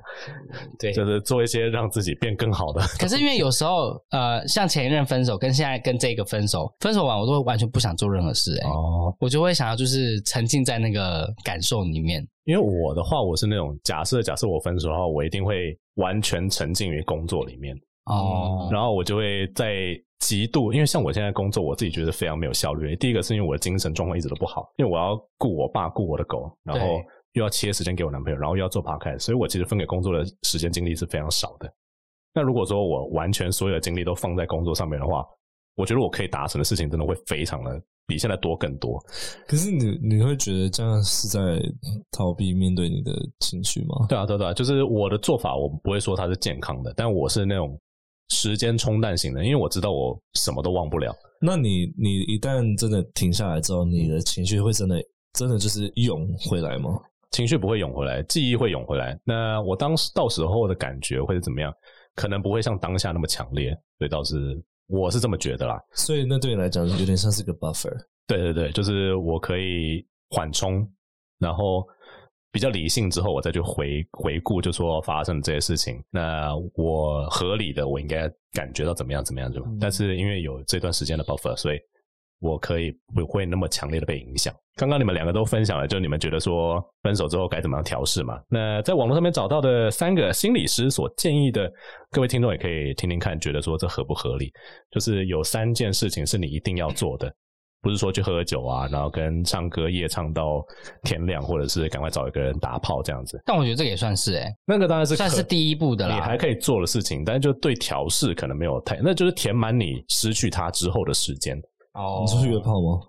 Speaker 3: 对，
Speaker 1: 就是做一些让自己变更好的。
Speaker 3: 可是因为有时候呃，像前一任分手跟现在跟这个分手，分手完我都会完全不想做任何事、欸，
Speaker 1: 哦，
Speaker 3: 我就会想要就是沉浸在那个感受里面。
Speaker 1: 因为我的话，我是那种假设假设我分手的话，我一定会完全沉浸于工作里面。
Speaker 3: 哦，
Speaker 1: 然后我就会在极度，因为像我现在工作，我自己觉得非常没有效率。第一个是因为我的精神状况一直都不好，因为我要顾我爸、顾我的狗，然后
Speaker 3: 对
Speaker 1: 又要切时间给我男朋友，然后又要做 p o d 所以我其实分给工作的时间精力是非常少的。那如果说我完全所有的精力都放在工作上面的话，我觉得我可以达成的事情真的会非常的比现在多更多。
Speaker 2: 可是你你会觉得这样是在逃避面对你的情绪吗？
Speaker 1: 对啊，对啊对啊，就是我的做法，我不会说它是健康的，但我是那种时间冲淡型的，因为我知道我什么都忘不了。
Speaker 2: 那你你一旦真的停下来之后，你的情绪会真的真的就是涌回来吗？
Speaker 1: 情绪不会涌回来，记忆会涌回来。那我当时到时候的感觉会是怎么样？可能不会像当下那么强烈，所以倒是我是这么觉得啦。
Speaker 2: 所以那对你来讲有点像是个 buffer。
Speaker 1: 对对对，就是我可以缓冲，然后比较理性之后，我再去回回顾，就说发生的这些事情，那我合理的我应该感觉到怎么样怎么样就。
Speaker 2: 嗯
Speaker 1: 但是因为有这段时间的 buffer，所以我可以不会那么强烈的被影响。刚刚你们两个都分享了，就你们觉得说分手之后该怎么样调试嘛？那在网络上面找到的三个心理师所建议的，各位听众也可以听听看，觉得说这合不合理？就是有三件事情是你一定要做的，不是说去喝喝酒啊，然后跟唱歌夜唱到天亮，或者是赶快找一个人打炮这样子。
Speaker 3: 但我觉得这个也算是哎、
Speaker 1: 那个当然是可
Speaker 3: 算是第一步的啦。
Speaker 1: 你还可以做的事情，但是就对调试可能没有太，那就是填满你失去它之后的时间。
Speaker 3: 哦
Speaker 2: 你说约炮吗？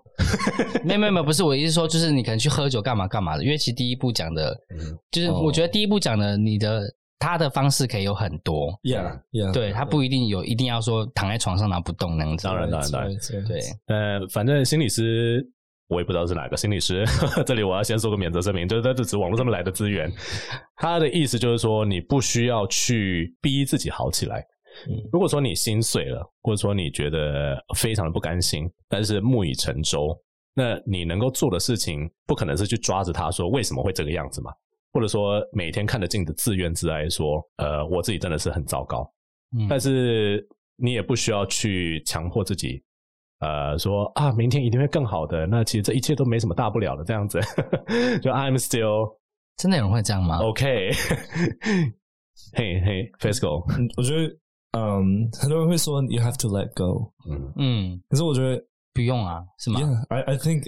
Speaker 3: 没有没有没有，不是我意思说，就是你可能去喝酒干嘛干嘛的，因为其实第一步讲的，
Speaker 1: 嗯
Speaker 3: 就是
Speaker 1: 哦
Speaker 3: 我觉得第一步讲的，你的他的方式可以有很多，
Speaker 2: Yeah, yeah.
Speaker 3: 对他不一定有一定要说躺在床上然后不动那样子。
Speaker 1: 当然当然当然，
Speaker 2: 对
Speaker 3: 对，
Speaker 1: 呃，反正心理师我也不知道是哪个心理师， <laughs> 这里我要先做个免责声明，就是他这只是网络上面来的资源，他的意思就是说你不需要去逼自己好起来
Speaker 2: 嗯。
Speaker 1: 如果说你心碎了，或者说你觉得非常的不甘心，但是木已成舟，那你能够做的事情，不可能是去抓着他说为什么会这个样子嘛，或者说每天看着镜子自怨自艾说，呃，我自己真的是很糟糕。
Speaker 3: 嗯
Speaker 1: 但是你也不需要去强迫自己，呃，说啊，明天一定会更好的。那其实这一切都没什么大不了的，这样子， <laughs> 就 I'm still
Speaker 3: 真的有人会这样吗？
Speaker 1: <laughs> OK 嘿嘿 f e s c o
Speaker 2: 嗯我觉得，嗯，很多人会说 you have to let go，
Speaker 1: 嗯，
Speaker 3: 嗯，
Speaker 2: 可是我觉得
Speaker 3: 不用啊，是吗？
Speaker 2: Yeah, I, I think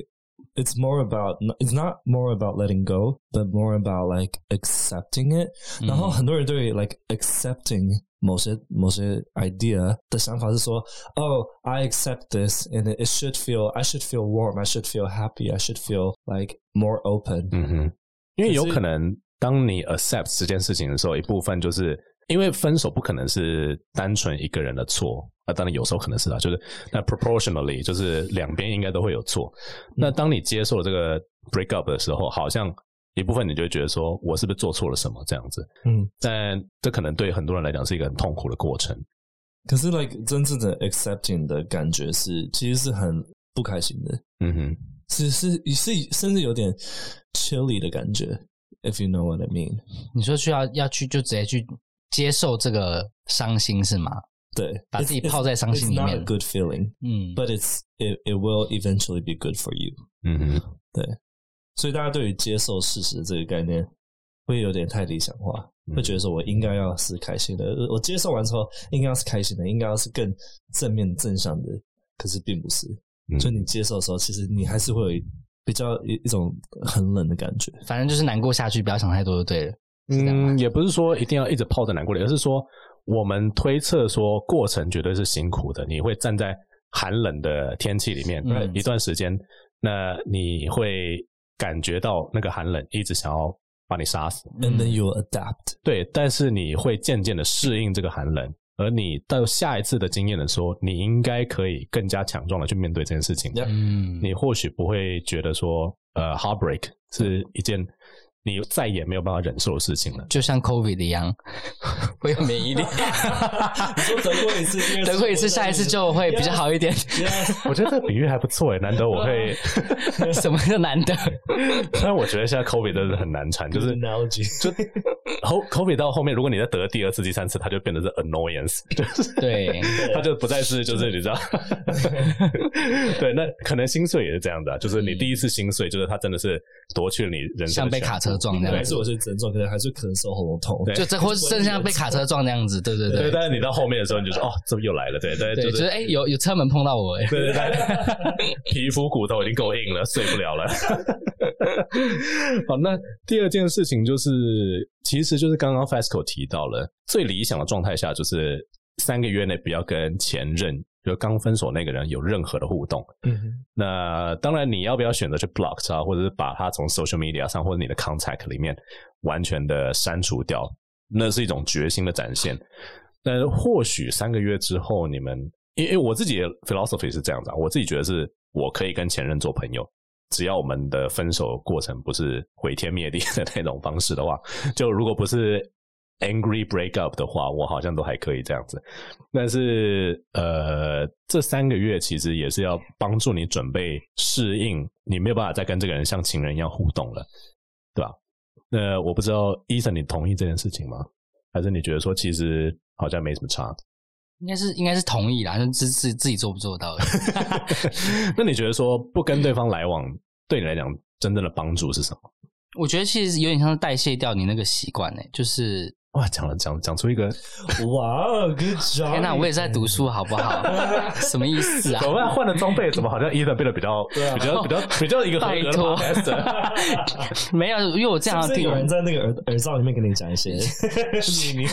Speaker 2: it's more about it's not more about letting go, but more about like accepting it.
Speaker 3: 嗯
Speaker 2: 然后很多人对 like accepting 某些某些 idea 的想法是说，Oh, I accept this, and it should feel I should feel warm, I should feel happy, I should feel like more open.
Speaker 1: 嗯哼，因为有
Speaker 2: 可是
Speaker 1: 可能当你 accept 这件事情的时候，一部分就是因为分手不可能是单纯一个人的错。啊，当然有时候可能是啦，就是那 proportionally 就是两边应该都会有错。那当你接受了这个 break up 的时候，好像一部分你就会觉得说，我是不是做错了什么这样子？
Speaker 2: 嗯，
Speaker 1: 但这可能对很多人来讲是一个很痛苦的过程。
Speaker 2: 可是 like 真正的 accepting 的感觉是其实是很不开心的，
Speaker 1: 嗯哼，
Speaker 2: 是是是甚至有点 chilly 的感觉。If you know what I mean，
Speaker 3: 你说需要要去就直接去接受这个伤心是吗？
Speaker 2: 对，
Speaker 3: 把
Speaker 2: It's-
Speaker 3: 自己
Speaker 2: it's-
Speaker 3: 泡在伤心
Speaker 2: it's
Speaker 3: 里
Speaker 2: not
Speaker 3: 面
Speaker 2: a good feeling,
Speaker 3: 嗯，
Speaker 2: but it's it it will eventually be good for you.
Speaker 1: 嗯哼，
Speaker 2: 所以大家对于接受事实这个概念会有点太理想化，
Speaker 1: 嗯
Speaker 2: 会觉得说我应该要是开心的，呃我接受完之后应该要是开心的，应该要是更正面正向的。可是并不是，
Speaker 1: 嗯
Speaker 2: 就你接受的时候，其实你还是会有一比较一一种很冷的感觉。
Speaker 3: 反正就是难过下去，不要想太多就对了。是这样吗
Speaker 1: 嗯，也不是说一定要一直泡在难过里，而是说我们推测说过程绝对是辛苦的，你会站在寒冷的天气里面、
Speaker 3: 嗯
Speaker 1: 一段时间，那你会感觉到那个寒冷一直想要把你杀死，
Speaker 2: And
Speaker 3: Mm
Speaker 2: then you adapt，
Speaker 1: 对，但是你会渐渐的适应这个寒冷。而你到下一次的经验的时候，你应该可以更加强壮的去面对这件事情。
Speaker 2: Yeah
Speaker 3: 嗯，
Speaker 1: 你或许不会觉得说，呃，heartbreak 是一件你再也没有办法忍受的事情了。
Speaker 3: 就像 COVID 一样， <laughs> 我有免疫力。
Speaker 2: <laughs> 你说得过一次，第二次
Speaker 3: 等过一次，下一次就会比较好一点。
Speaker 1: <laughs> 我觉得这个比喻还不错诶，欸难得我
Speaker 3: 啊
Speaker 1: 会。
Speaker 3: 什么叫难得？
Speaker 1: <laughs> 虽然我觉得现在 COVID 真的很难缠，就是
Speaker 2: analogy。
Speaker 1: 就
Speaker 2: <laughs>
Speaker 1: 后 COVID 到后面，如果你再得第二次、第三次，它就变得是 annoyance，就是
Speaker 3: 对，啊
Speaker 1: 它就不再是就是你知道， <laughs> 对，那可能心碎也是这样的啊、就是你第一次心碎，就是它真的是夺去了你人生
Speaker 3: 像
Speaker 1: 的
Speaker 3: 被
Speaker 1: 全
Speaker 3: 卡
Speaker 1: 部
Speaker 3: 车撞那
Speaker 2: 还
Speaker 3: 样
Speaker 2: 是
Speaker 3: 子，
Speaker 2: 我是症状，可能还是咳嗽、喉咙痛。
Speaker 1: 对
Speaker 3: 就这或甚至像被卡车撞那样子，对对
Speaker 1: 对，
Speaker 3: 对
Speaker 1: 但是你到后面的时候，你就说哦，这又来了，对，但是
Speaker 3: 对，就
Speaker 1: 就是是
Speaker 3: 哎，有有车门碰到我，哎，
Speaker 1: 对对对， <laughs> 皮肤骨头已经够 <laughs> 硬了，碎不了了。好，那第二件事情就是，其实就是刚刚 Fasco 提到了，最理想的状态下就是三个月内不要跟前任，就刚分手那个人有任何的互动。
Speaker 2: 嗯
Speaker 1: 那当然，你要不要选择去 block 他，或者是把他从 social media 上或者你的 contact 里面完全的删除掉？那是一种决心的展现。但或许三个月之后，你们因为我自己的 philosophy 是这样子、啊，我自己觉得是我可以跟前任做朋友，只要我们的分手过程不是毁天灭地的那种方式的话，就如果不是 angry break up 的话，我好像都还可以这样子。但是呃，这三个月其实也是要帮助你准备适应，你没有办法再跟这个人像情人一样互动了，对吧？那我不知道医生，你同意这件事情吗？还是你觉得说其实好像没什么差？ <laughs>
Speaker 3: 应该是应该是同意啦，就自自自己做不做到而已。
Speaker 1: 那你觉得说不跟对方来往，对你来讲真正的帮助是什么？
Speaker 3: 我觉得其实有点像是代谢掉你那个习惯，哎，就是
Speaker 1: 哇，讲了讲讲出 <laughs> 一个，
Speaker 2: 哇，Good job！
Speaker 3: 天哎哪，我也是在
Speaker 2: <laughs>
Speaker 3: 读书，好不好？ <laughs> 什么意思啊
Speaker 1: 怎？么办？换了装备，怎么好像 Ethan 变得比较比较比较比较一个合格
Speaker 3: 拜
Speaker 1: 的
Speaker 3: 托
Speaker 1: podcaster
Speaker 3: 没有，因为我这样
Speaker 2: 是不是
Speaker 3: 听
Speaker 2: 有人在那个耳耳罩里面跟你讲一
Speaker 3: <laughs>
Speaker 2: 些秘密？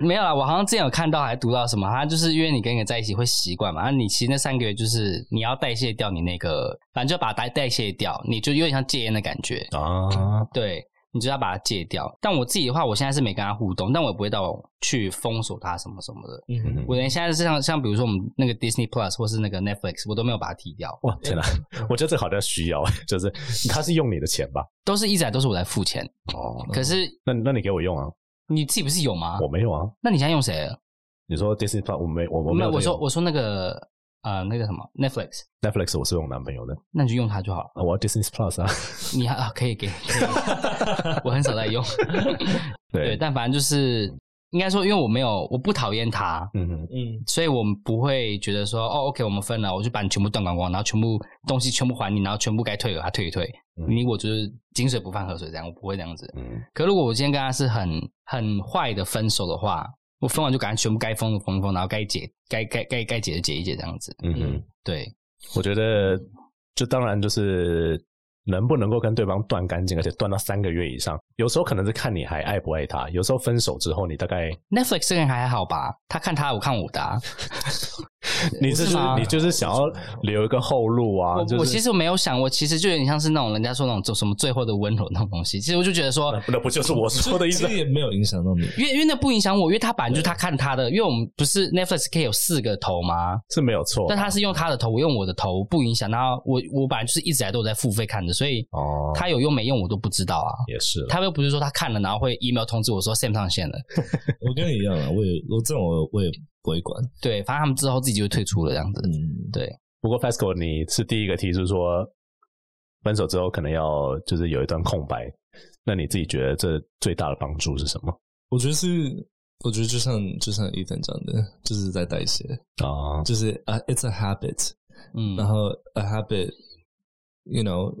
Speaker 3: 没有啦，我好像之前有看到，还读到什么，他就是因为你跟一个人在一起会习惯嘛，啊，你其实那三个月就是你要代谢掉你那个，反正就把它代代谢掉，你就有点像戒烟的感觉，
Speaker 1: <laughs> 啊？
Speaker 3: 对，你就要把它戒掉。但我自己的话，我现在是没跟他互动，但我也不会到去封锁他什么什么的。
Speaker 2: 嗯
Speaker 1: 嗯
Speaker 3: 我连现在是像像比如说我们那个 Disney Plus 或是那个 Netflix，我都没有把它踢掉，
Speaker 1: 哇，天哪！我觉得这好像需要，就是他是用你的钱吧？
Speaker 3: 都是一直以来都是我在付钱。
Speaker 1: 哦，
Speaker 3: 可是
Speaker 1: 那那你给我用啊？
Speaker 3: 你自己不是有吗
Speaker 1: 我？没有啊。
Speaker 3: 那你现在用谁了？
Speaker 1: 你说 Disney Plus 我没我我
Speaker 3: 没
Speaker 1: 没
Speaker 3: 有，
Speaker 1: 有
Speaker 3: 我说
Speaker 1: 我
Speaker 3: 我说那个呃那个什么 Netflix，
Speaker 1: Netflix 我是用男朋友的，
Speaker 3: 那你就用它就好了。
Speaker 1: 啊我要 Disney Plus 啊。
Speaker 3: 你还、啊、可以给，
Speaker 1: <laughs>
Speaker 3: 可以我很少在用。对，
Speaker 1: 对，
Speaker 3: 但反正就是应该说，因为我没有，我不讨厌他，
Speaker 1: 嗯，
Speaker 2: 嗯，
Speaker 3: 所以我们不会觉得说，哦，OK，我们分了，我就把你全部断光光，然后全部东西全部还你，然后全部该退的他退一退。
Speaker 1: 嗯
Speaker 3: 你我就是井水不犯河水这样，我不会这样子。
Speaker 1: 嗯
Speaker 3: 可如果我今天跟他是很很坏的分手的话，我分完就赶快全部该封的封一封，然后该解该该该该解的解一解这样子。
Speaker 1: 嗯嗯。
Speaker 3: 对，
Speaker 1: 我觉得，就当然就是能不能够跟对方断干净，而且断到三个月以上，有时候可能是看你还爱不爱他，有时候分手之后，你大概
Speaker 3: Netflix 这个人还好吧？他看他，我看我的、啊。
Speaker 1: 你就是是
Speaker 3: 吗
Speaker 1: 你就是想要留一个后路 <laughs> 啊，
Speaker 3: 我
Speaker 1: 就是
Speaker 3: 我其实没有想，我其实就有点像是那种人家说那种做什么最后的温柔那种东西。其实我就觉得说
Speaker 1: 那，那不就是我说的意
Speaker 2: 其
Speaker 1: 思
Speaker 2: 实？也没有影响到你。
Speaker 3: 因为因为那不影响我，因为他本来就是他看他的，因为我们不是 Netflix 可以有四个头吗？
Speaker 1: 是没有错
Speaker 3: 但他是用他的头，我用我的头，不影响。然后我我本来就是一直以来都有在付费看的，所以
Speaker 1: 哦，
Speaker 3: 他有用没用我都不知道啊。
Speaker 1: 也是啦
Speaker 3: 他又不是说他看了，然后会 email 通知我说 Sam 上线了。
Speaker 2: 我跟你一样啊，我也我这种我我也不会管。
Speaker 3: 对，反正他们之后自己就会退出了这样子。
Speaker 2: 嗯，
Speaker 3: 对，
Speaker 1: 不过 Fasco 你是第一个提出说分手之后可能要就是有一段空白，那你自己觉得这最大的帮助是什么
Speaker 2: 我觉得是，我觉得就像就像 Ethan 讲的，就是在代谢，
Speaker 1: 啊？
Speaker 2: 就是啊、i t s a habit，
Speaker 3: 嗯，
Speaker 2: 然后 a habit，you know，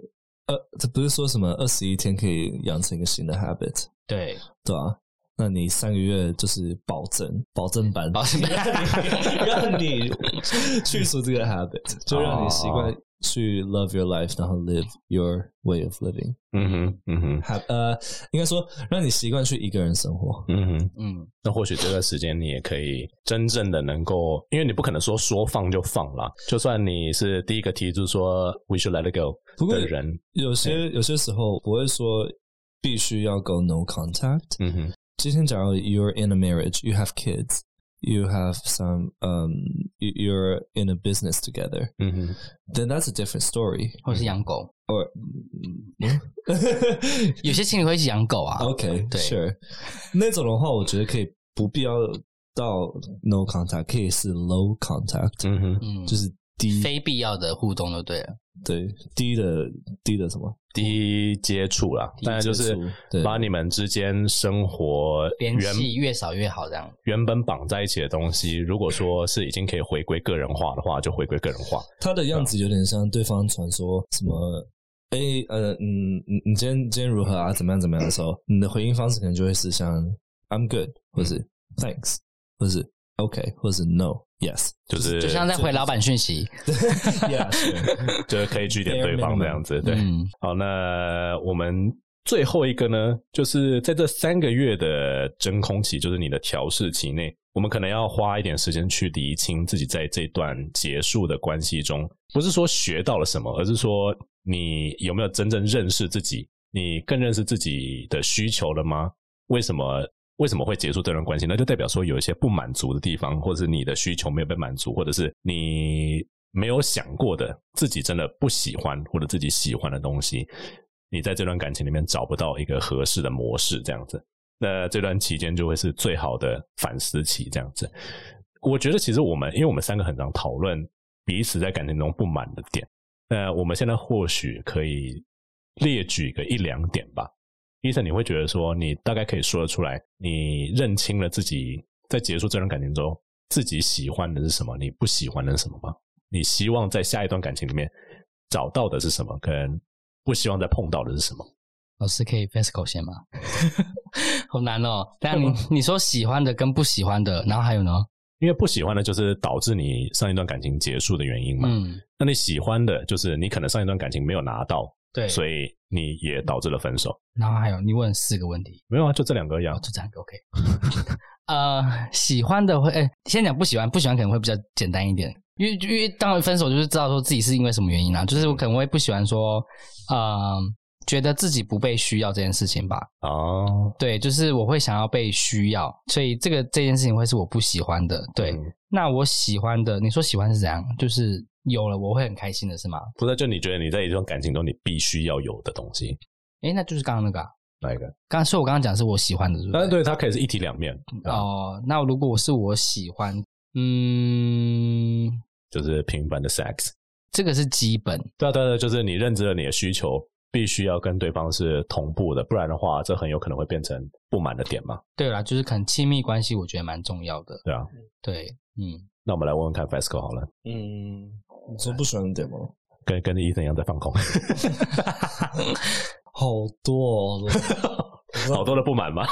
Speaker 2: 呃，这不是说什么二十一天可以养成一个新的 habit，
Speaker 3: 对，
Speaker 2: 对吧、那你三个月就是保证保证版，
Speaker 3: 保证版
Speaker 2: 让你去除这个
Speaker 3: <laughs>
Speaker 2: habit，就让你习惯
Speaker 3: 哦
Speaker 2: 去 love your life，然后 live your way of living。
Speaker 1: 嗯哼，嗯哼，
Speaker 2: hab 呃，应该说让你习惯去一个人生活。
Speaker 1: 嗯哼。
Speaker 3: 嗯，
Speaker 1: 那或许这段时间你也可以真正的能够，因为你不可能说说放就放啦。就算你是第一个提出说 we should let it go
Speaker 2: 不过
Speaker 1: 的人，
Speaker 2: 有些有些时候不会说必须要 go no contact。
Speaker 1: 嗯哼，
Speaker 2: 今天假如 you're in a marriage, you have kids, you have some um you- you're in a business together,
Speaker 1: 嗯哼，
Speaker 2: then that's a different story.
Speaker 3: 或者是养狗，嗯
Speaker 2: Or
Speaker 3: 有些情侣会一起养狗啊。
Speaker 1: <laughs>
Speaker 2: OK，
Speaker 3: 对
Speaker 2: sure，那种的话，我觉得可以不必要到 no contact，可以是 low contact，、
Speaker 1: 嗯哼，
Speaker 3: 嗯，
Speaker 2: 就是低
Speaker 3: 非必要的互动就对了。
Speaker 2: 对低的低的什么，
Speaker 1: 低接触啦，当然就是
Speaker 2: 接触对
Speaker 1: 把你们之间生活
Speaker 3: 联
Speaker 1: 原
Speaker 3: 系越少越好，这样。
Speaker 1: 原本绑在一起的东西，如果说是已经可以回归个人化的话，就回归个人化。
Speaker 2: 他的样子有点像对方传说什么。哎，呃，嗯，你你今天今天如何啊？怎么样怎么样的时候，你的回应方式可能就会是像 I'm good，或是 Thanks，或是 OK，或是 No，Yes，
Speaker 1: 就是
Speaker 3: 就像在回老板讯息。
Speaker 2: Yeah，sure
Speaker 1: 就是可以据点对方这样子，对，
Speaker 3: 嗯
Speaker 1: 好，那我们最后一个呢，就是在这三个月的真空期，就是你的调试期内，我们可能要花一点时间去理清自己在这段结束的关系中，不是说学到了什么，而是说你有没有真正认识自己，你更认识自己的需求了吗？为什么？为什么会结束这段关系？那就代表说有一些不满足的地方，或者是你的需求没有被满足，或者是你没有想过的自己真的不喜欢或者自己喜欢的东西，你在这段感情里面找不到一个合适的模式，这样子。那这段期间就会是最好的反思期，这样子。我觉得其实我们，因为我们三个很常讨论彼此在感情中不满的点，那我们现在或许可以列举个一两点吧。医生，你会觉得说，你大概可以说得出来，你认清了自己在结束这段感情中，自己喜欢的是什么，你不喜欢的是什么吗？你希望在下一段感情里面找到的是什么，跟不希望再碰到的是什么？
Speaker 3: 老师可以 FESCO 先吗？ <laughs> 好难哦。但你你说喜欢的跟不喜欢的，然后还有呢？
Speaker 1: 因为不喜欢的就是导致你上一段感情结束的原因嘛。
Speaker 3: 嗯，
Speaker 1: 那你喜欢的就是你可能上一段感情没有拿到，
Speaker 3: 对。
Speaker 1: 所以你也导致了分手。
Speaker 3: 然后还有你问四个问题，
Speaker 1: 没有啊，就这两个一样
Speaker 3: 哦，。就这样 OK。呃， <laughs> 喜欢的会，哎、先讲不喜欢，不喜欢可能会比较简单一点，因为因为当然分手就是知道说自己是因为什么原因啦、就是我可能会不喜欢说，呃，觉得自己不被需要这件事情吧。
Speaker 1: 哦，
Speaker 3: 对，就是我会想要被需要，所以这个这件事情会是我不喜欢的。对，
Speaker 1: 嗯
Speaker 3: 那我喜欢的，你说喜欢是怎样？就是有了我会很开心的是吗？
Speaker 1: 不是，就你觉得你在一段感情中你必须要有的东西，
Speaker 3: 诶，那就是刚刚那个、啊，
Speaker 1: 哪一个？
Speaker 3: 刚刚所以我刚刚讲的是我喜欢的，对不
Speaker 1: 但
Speaker 3: 对？
Speaker 1: 是呃对它可以是一体两面，啊，
Speaker 3: 哦，那如果我是我喜欢，嗯，
Speaker 1: 就是频繁的 sex。
Speaker 3: 这个是基本，
Speaker 1: 对啊，对啊，对啊就是你认知了你的需求，必须要跟对方是同步的，不然的话，这很有可能会变成不满的点嘛。
Speaker 3: 对啦，就是可能亲密关系，我觉得蛮重要的。
Speaker 1: 对啊，
Speaker 3: 对，嗯，
Speaker 1: 那我们来问问看 FESCO 好了，
Speaker 2: 嗯，你说不喜欢的点吗？
Speaker 1: 跟跟伊森一样在放空，
Speaker 2: 好多、哦，
Speaker 1: 好多的不满嘛。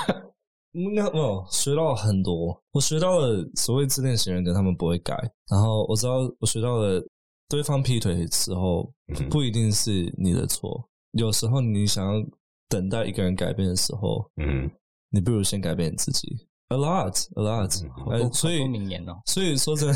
Speaker 2: 应该哦，学到很多。我学到了所谓自恋型人格，他们不会改。然后我知道我学到了，对方劈腿之后
Speaker 1: 嗯哼
Speaker 2: 不一定是你的错，有时候你想要等待一个人改变的时候，
Speaker 1: 嗯，
Speaker 2: 你不如先改变你自己。A lot, a lot
Speaker 1: 嗯
Speaker 2: 哎、
Speaker 3: 多
Speaker 2: 所
Speaker 3: 好
Speaker 2: 以
Speaker 3: 多名
Speaker 2: <laughs>
Speaker 3: 言哦
Speaker 2: 所以说真的，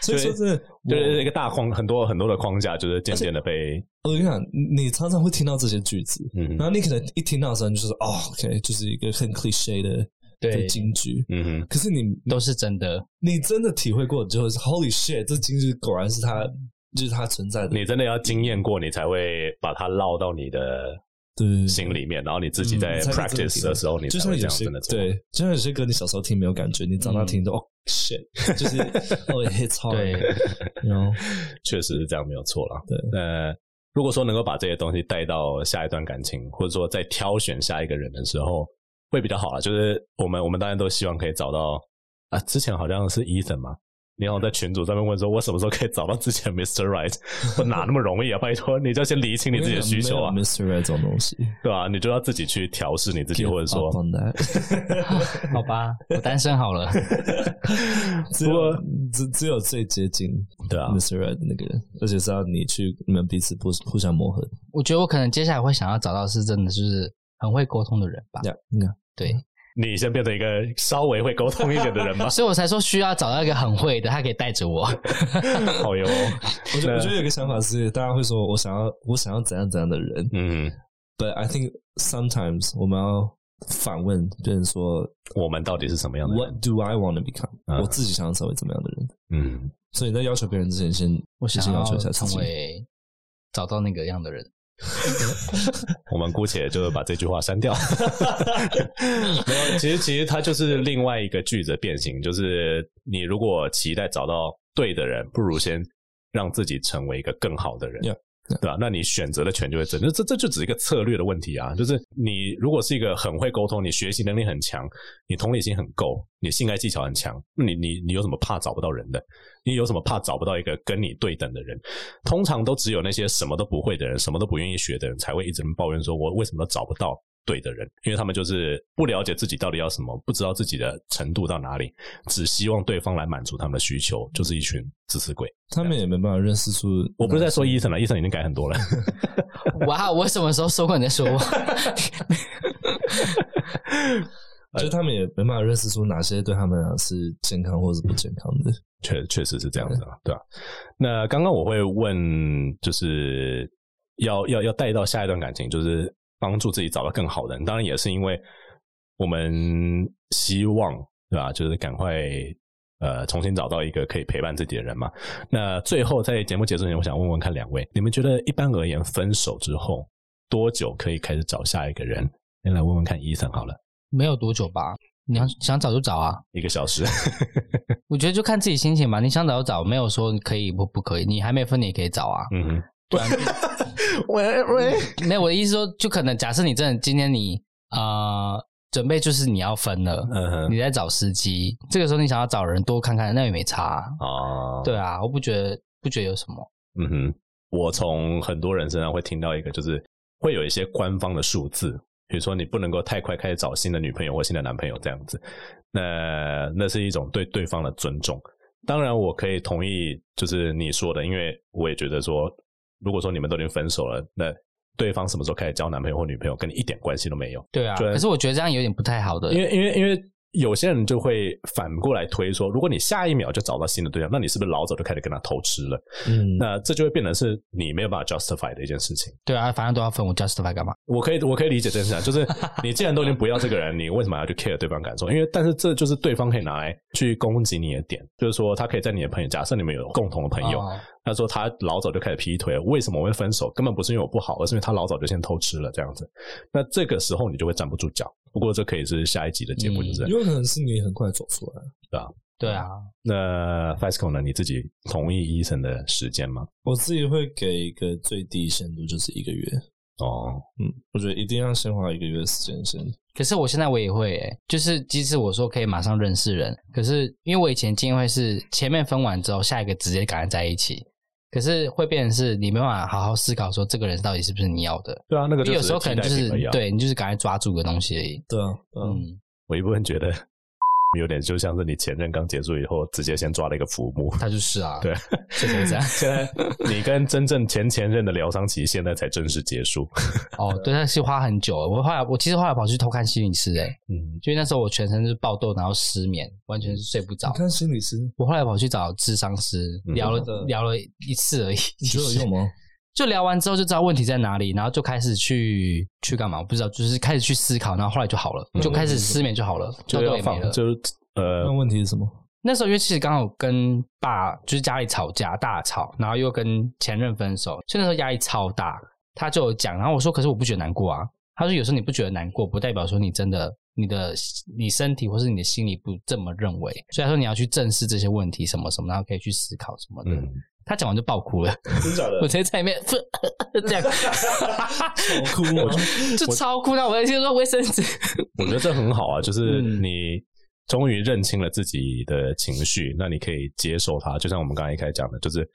Speaker 2: 所以说真的，我
Speaker 1: 就是一个大框，很多很多的框架，就是渐渐的被
Speaker 2: 我跟你讲，你常常会听到这些句子，
Speaker 1: 嗯
Speaker 2: 然后你可能一听到的时候，你就是哦，OK，就是一个很 cliche 的的
Speaker 3: 对，
Speaker 2: 金句。
Speaker 1: 嗯哼，
Speaker 2: 可是你
Speaker 3: 都是
Speaker 2: <laughs>
Speaker 3: 真的。
Speaker 2: 你真的体会过，你就会说 Holy shit，这金句果然是它，就是它存在的。
Speaker 1: 你真的要经验过，你才会把它烙到你的
Speaker 2: 对，
Speaker 1: 心里面，然后你自己在
Speaker 2: 嗯才会真的
Speaker 1: practice 的时候，你
Speaker 2: 就
Speaker 1: 才
Speaker 2: 像
Speaker 1: 会这
Speaker 2: 有
Speaker 1: 样
Speaker 2: 些
Speaker 1: 真的做。嗯
Speaker 2: 对，就像有些歌你小时候听没有感觉，你长大听就、哦 shit，就是
Speaker 1: <laughs>
Speaker 2: 哦 it hits hard，
Speaker 3: 对，
Speaker 2: 然后
Speaker 1: 确实是这样，没有错啦。
Speaker 2: 对
Speaker 1: 那如果说能够把这些东西带到下一段感情，或者说在挑选下一个人的时候，会比较好啦。就是我们我们当然都希望可以找到啊，之前好像是 Ethan 嘛。你好，在群组上面问说，我什么时候可以找到之前 Mr.
Speaker 2: <laughs>
Speaker 1: Right？我哪那么容易啊？拜托，你就要先理清你自己的需求啊
Speaker 2: 没，有，Mr. Right 这种东西，
Speaker 1: 对吧、你就要自己去调试你自己，或者说
Speaker 2: Give up on that
Speaker 3: 好吧， <laughs> 我单身
Speaker 2: <laughs>
Speaker 3: 好了。
Speaker 2: 只有只只有最接近
Speaker 1: <laughs> 对啊
Speaker 2: Mr. Right 的那个人，而且是要你去你们彼此互互相磨合。
Speaker 3: 我觉得我可能接下来会想要找到是真的就是很会沟通的人吧。
Speaker 2: Yeah, yeah.
Speaker 3: 对，。
Speaker 1: 你先变成一个稍微会沟通一点的人
Speaker 2: <laughs>
Speaker 1: 吧
Speaker 3: 所以我才说需要找到一个很会的，他可以带着我。
Speaker 1: 好哟，
Speaker 2: 我觉得我觉得有一个想法是，大家会说我想要我想要怎样怎样的人，
Speaker 1: 嗯，
Speaker 2: But I think sometimes 我们要反问别人说
Speaker 1: 我们到底是什么样的人？
Speaker 2: ，What do I want to become？、
Speaker 1: 嗯
Speaker 2: 我自己想要成为怎么样的人？
Speaker 1: 嗯，
Speaker 2: 所以你在要求别人之前先，
Speaker 3: 我
Speaker 2: 先
Speaker 3: 想
Speaker 2: 要
Speaker 3: 要
Speaker 2: 求一下自
Speaker 3: 成
Speaker 2: 己。
Speaker 3: 为找到那个样的人。
Speaker 1: 我们姑且就是把这句话删掉。 <laughs> 没有，其实其实它就是另外一个句子的变形，就是你如果期待找到对的人，不如先让自己成为一个更好的人。
Speaker 2: Yeah, yeah.
Speaker 1: 对吧、那你选择的权就会增，那这这就只是一个策略的问题啊。就是你如果是一个很会沟通，你学习能力很强，你同理心很够，你性爱技巧很强，你你你有什么怕找不到人的？你有什么怕找不到一个跟你对等的人？通常都只有那些什么都不会的人，什么都不愿意学的人，才会一直抱怨说：“我为什么都找不到对的人？”因为他们就是不了解自己到底要什么，不知道自己的程度到哪里，只希望对方来满足他们的需求，就是一群自私鬼。
Speaker 2: 他们也没办法认识出。
Speaker 1: 我不是在说医生了，医生已经改很多了。
Speaker 3: 哇，我什么时候说过你在说我？
Speaker 2: 就他们也没办法认识出哪些对他们来讲是健康或是不健康的。
Speaker 1: 确确实是这样子啊，对吧、那刚刚我会问，就是要要要带到下一段感情，就是帮助自己找到更好的人。当然也是因为我们希望，对吧？就是赶快呃重新找到一个可以陪伴自己的人嘛。那最后在节目结束前，我想问问看两位，你们觉得一般而言，分手之后多久可以开始找下一个人？先来问问看医生好了，
Speaker 3: 没有多久吧，
Speaker 1: 嗯
Speaker 3: 你要想找就找啊。
Speaker 1: 一个小时。 <laughs>
Speaker 3: 我觉得就看自己心情吧，你想找就找，没有说可以或不可以，你还没分你也可以找啊。
Speaker 1: 嗯哼，
Speaker 2: 喂喂，
Speaker 1: 嗯
Speaker 3: <laughs> 没有我的意思说，就可能假设你真的今天你呃准备就是你要分了，
Speaker 1: 嗯哼，
Speaker 3: 你在找司机，这个时候你想要找人多看看，那也没差、啊。
Speaker 1: 哦，
Speaker 3: 对啊，我不觉得不觉得有什么。
Speaker 1: 嗯哼，我从很多人身上会听到一个，就是会有一些官方的数字，比如说你不能够太快开始找新的女朋友或新的男朋友这样子，那那是一种对对方的尊重。当然，我可以同意，就是你说的，因为我也觉得说，如果说你们都已经分手了，那对方什么时候开始交男朋友或女朋友，跟你一点关系都没有。
Speaker 3: 对啊，
Speaker 1: 对
Speaker 3: 可是我觉得这样有点不太好的
Speaker 1: 因，为，因为，因为有些人就会反过来推说，如果你下一秒就找到新的对象，那你是不是老早就开始跟他偷吃了？
Speaker 2: 嗯，
Speaker 1: 那这就会变成是你没有办法 justify 的一件事情。
Speaker 3: 对啊，反正都要分，我 justify 干嘛？
Speaker 1: 我可以，我可以理解这件事啊，就是你既然都已经不要这个人，你为什么要去 care 对方感受？因为，但是这就是对方可以拿来去攻击你的点，就是说他可以在你的朋友，假设你们有共同的朋友，
Speaker 3: 哦
Speaker 1: 他说他老早就开始劈腿了，为什么我会分手？根本不是因为我不好，而是因为他老早就先偷吃了这样子。那这个时候你就会站不住脚。不过这可以是下一集的节目，
Speaker 3: 嗯
Speaker 1: 就是、
Speaker 2: 有可能是你很快走出来。
Speaker 3: 对
Speaker 1: 嗯
Speaker 3: 啊，
Speaker 1: 那 Fasco 呢？你自己同意医生的时间吗？
Speaker 2: 我自己会给一个最低限度，就是一个月。
Speaker 1: 哦，
Speaker 2: 嗯，我觉得一定要先花一个月的时间先。
Speaker 3: 可是我现在我也会、欸，就是即使我说可以马上认识人，可是因为我以前经验会是前面分完之后，下一个直接赶在一起，可是会变成是你没办法好好思考说这个人到底是不是你要的，
Speaker 1: 对啊，那个
Speaker 3: 因
Speaker 1: 就
Speaker 3: 为有
Speaker 1: 只
Speaker 3: 时候可能
Speaker 1: 替代
Speaker 3: 就是
Speaker 1: 品而已啊。
Speaker 3: 对你就是赶快抓住个东西而已。
Speaker 2: 对啊，对啊
Speaker 3: 嗯，
Speaker 1: 我一部分觉得 <laughs> 有点就像是你前任刚结束以后，直接先抓了一个浮木。 <laughs>
Speaker 3: 他就是啊，
Speaker 1: 对，
Speaker 3: 就是这样。
Speaker 1: 现在你跟真正前前任的疗伤期，现在才正式结束。
Speaker 3: 哦，对，但是花很久了。我后来，我其实后来跑去偷看心理师、欸，哎，
Speaker 1: 嗯，
Speaker 3: 因为那时候我全身是爆痘，然后失眠，完全是睡不着
Speaker 2: 你。看心理师，
Speaker 3: 我后来跑去找智商师
Speaker 1: 嗯
Speaker 2: 真
Speaker 3: 聊了
Speaker 2: 的
Speaker 3: 聊了一次而已，
Speaker 2: 你觉得有用吗？
Speaker 3: 就聊完之后就知道问题在哪里，然后就开始去去干嘛？我不知道，就是开始去思考，然后后来就好了，就开始失眠就好了，痘
Speaker 1: 嗯就
Speaker 3: 痘
Speaker 1: 要
Speaker 3: 也没
Speaker 1: 放
Speaker 3: 了，。
Speaker 1: 就是呃
Speaker 2: <laughs> 那，问题是什么？
Speaker 3: 那时候因为其实刚好跟爸就是家里吵架大吵，然后又跟前任分手，所以那时候压力超大。他就有讲，然后我说可是我不觉得难过啊。他说有时候你不觉得难过，不代表说你真的你的你身体或是你的心里不这么认为。所以他说你要去正视这些问题什么什么，然后可以去思考什么的。
Speaker 1: 嗯，
Speaker 3: 他讲完就爆哭了，
Speaker 2: 真假
Speaker 3: 我？直接在里面 <laughs> 这样，
Speaker 2: <laughs> 哭吗？
Speaker 3: 就超哭。那我在先说卫生纸，
Speaker 1: 我觉得这很好啊，就是
Speaker 2: 嗯
Speaker 1: 你终于认清了自己的情绪，那你可以接受它。就像我们刚才一开始讲的，就是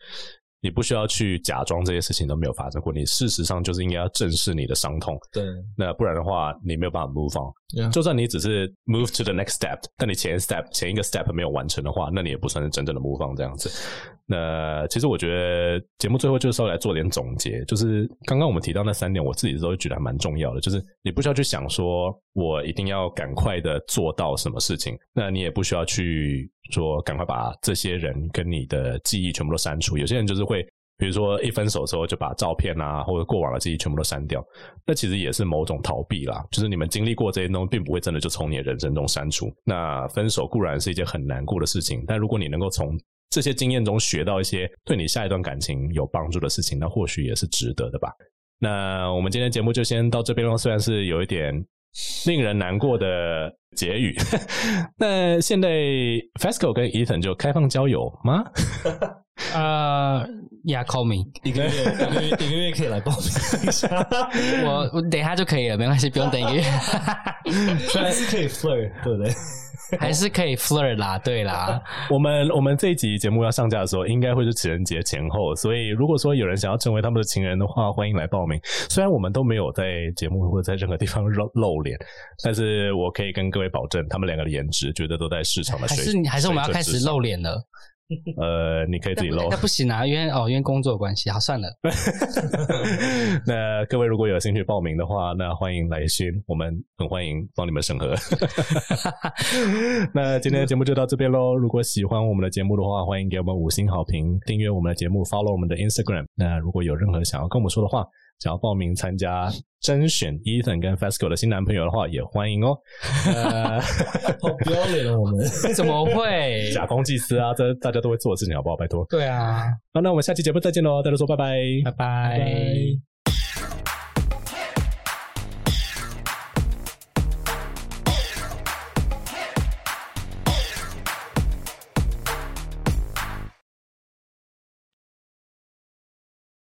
Speaker 1: 你不需要去假装这些事情都没有发生过，你事实上就是应该要正视你的伤痛。
Speaker 2: <laughs> 对，
Speaker 1: 那不然的话，你没有办法 move on。
Speaker 2: Yeah
Speaker 1: 就算你只是 move to the next step，但你前一 step 前一个 step 没有完成的话，那你也不算是真正的 move on 这样子。那其实我觉得节目最后就是稍微来做点总结，就是刚刚我们提到那三点，我自己都觉得还蛮重要的，就是你不需要去想说我一定要赶快的做到什么事情，那你也不需要去说赶快把这些人跟你的记忆全部都删除。有些人就是会。比如说一分手之后就把照片啊或者过往的记忆全部都删掉，那其实也是某种逃避啦，就是你们经历过这些东西，并不会真的就从你的人生中删除。那分手固然是一件很难过的事情，但如果你能够从这些经验中学到一些对你下一段感情有帮助的事情，那或许也是值得的吧。那我们今天节目就先到这边喽，虽然是有一点令人难过的结语。 <laughs> 那现在 Fasco 跟 Ethan 就开放交友吗？
Speaker 3: 呃，Yeah, call me，
Speaker 2: 一个月，一个月，一个月可以来报 <laughs> 名一下，
Speaker 3: 我我等一下就可以了，没关系，不用等一个月。
Speaker 2: 还是可以 flirt，对不对？
Speaker 3: 还是可以 flirt 啦，对啦，
Speaker 1: <laughs> 我们我们这一集节目要上架的时候，应该会是情人节前后，所以如果说有人想要成为他们的情人的话，欢迎来报名。虽然我们都没有在节目或者在任何地方露露脸，但是我可以跟各位保证，他们两个的颜值绝对都在市场的
Speaker 3: 还
Speaker 1: 水
Speaker 3: 是你还是我们要开始
Speaker 1: 水准
Speaker 3: 露脸了？
Speaker 1: 之上呃，你可以自己
Speaker 3: 那 <laughs>
Speaker 1: 露
Speaker 3: 不那。不行啊，因为哦，因为工作的关系，好算了，
Speaker 1: <laughs> 那各位如果有兴趣报名的话，那欢迎来信，我们很欢迎帮你们审核。 <laughs> 那今天的节目就到这边喽。如果喜欢我们的节目的话，欢迎给我们五星好评，订阅我们的节目，follow 我们的 Instagram。那如果有任何想要跟我们说的话，想要报名参加甄选 Ethan 跟 Fasco 的新男朋友的话，也欢迎哦。呃，
Speaker 3: 哦
Speaker 2: 好不要脸了，我们。
Speaker 3: <laughs> 怎
Speaker 1: <laughs>
Speaker 3: 么会？
Speaker 1: 假公济私啊，这大家都会做的事情，好不好？拜托。
Speaker 3: 对啊，
Speaker 1: 好，那我们下期节目再见喽，大家说拜拜。
Speaker 3: 拜拜。
Speaker 2: 拜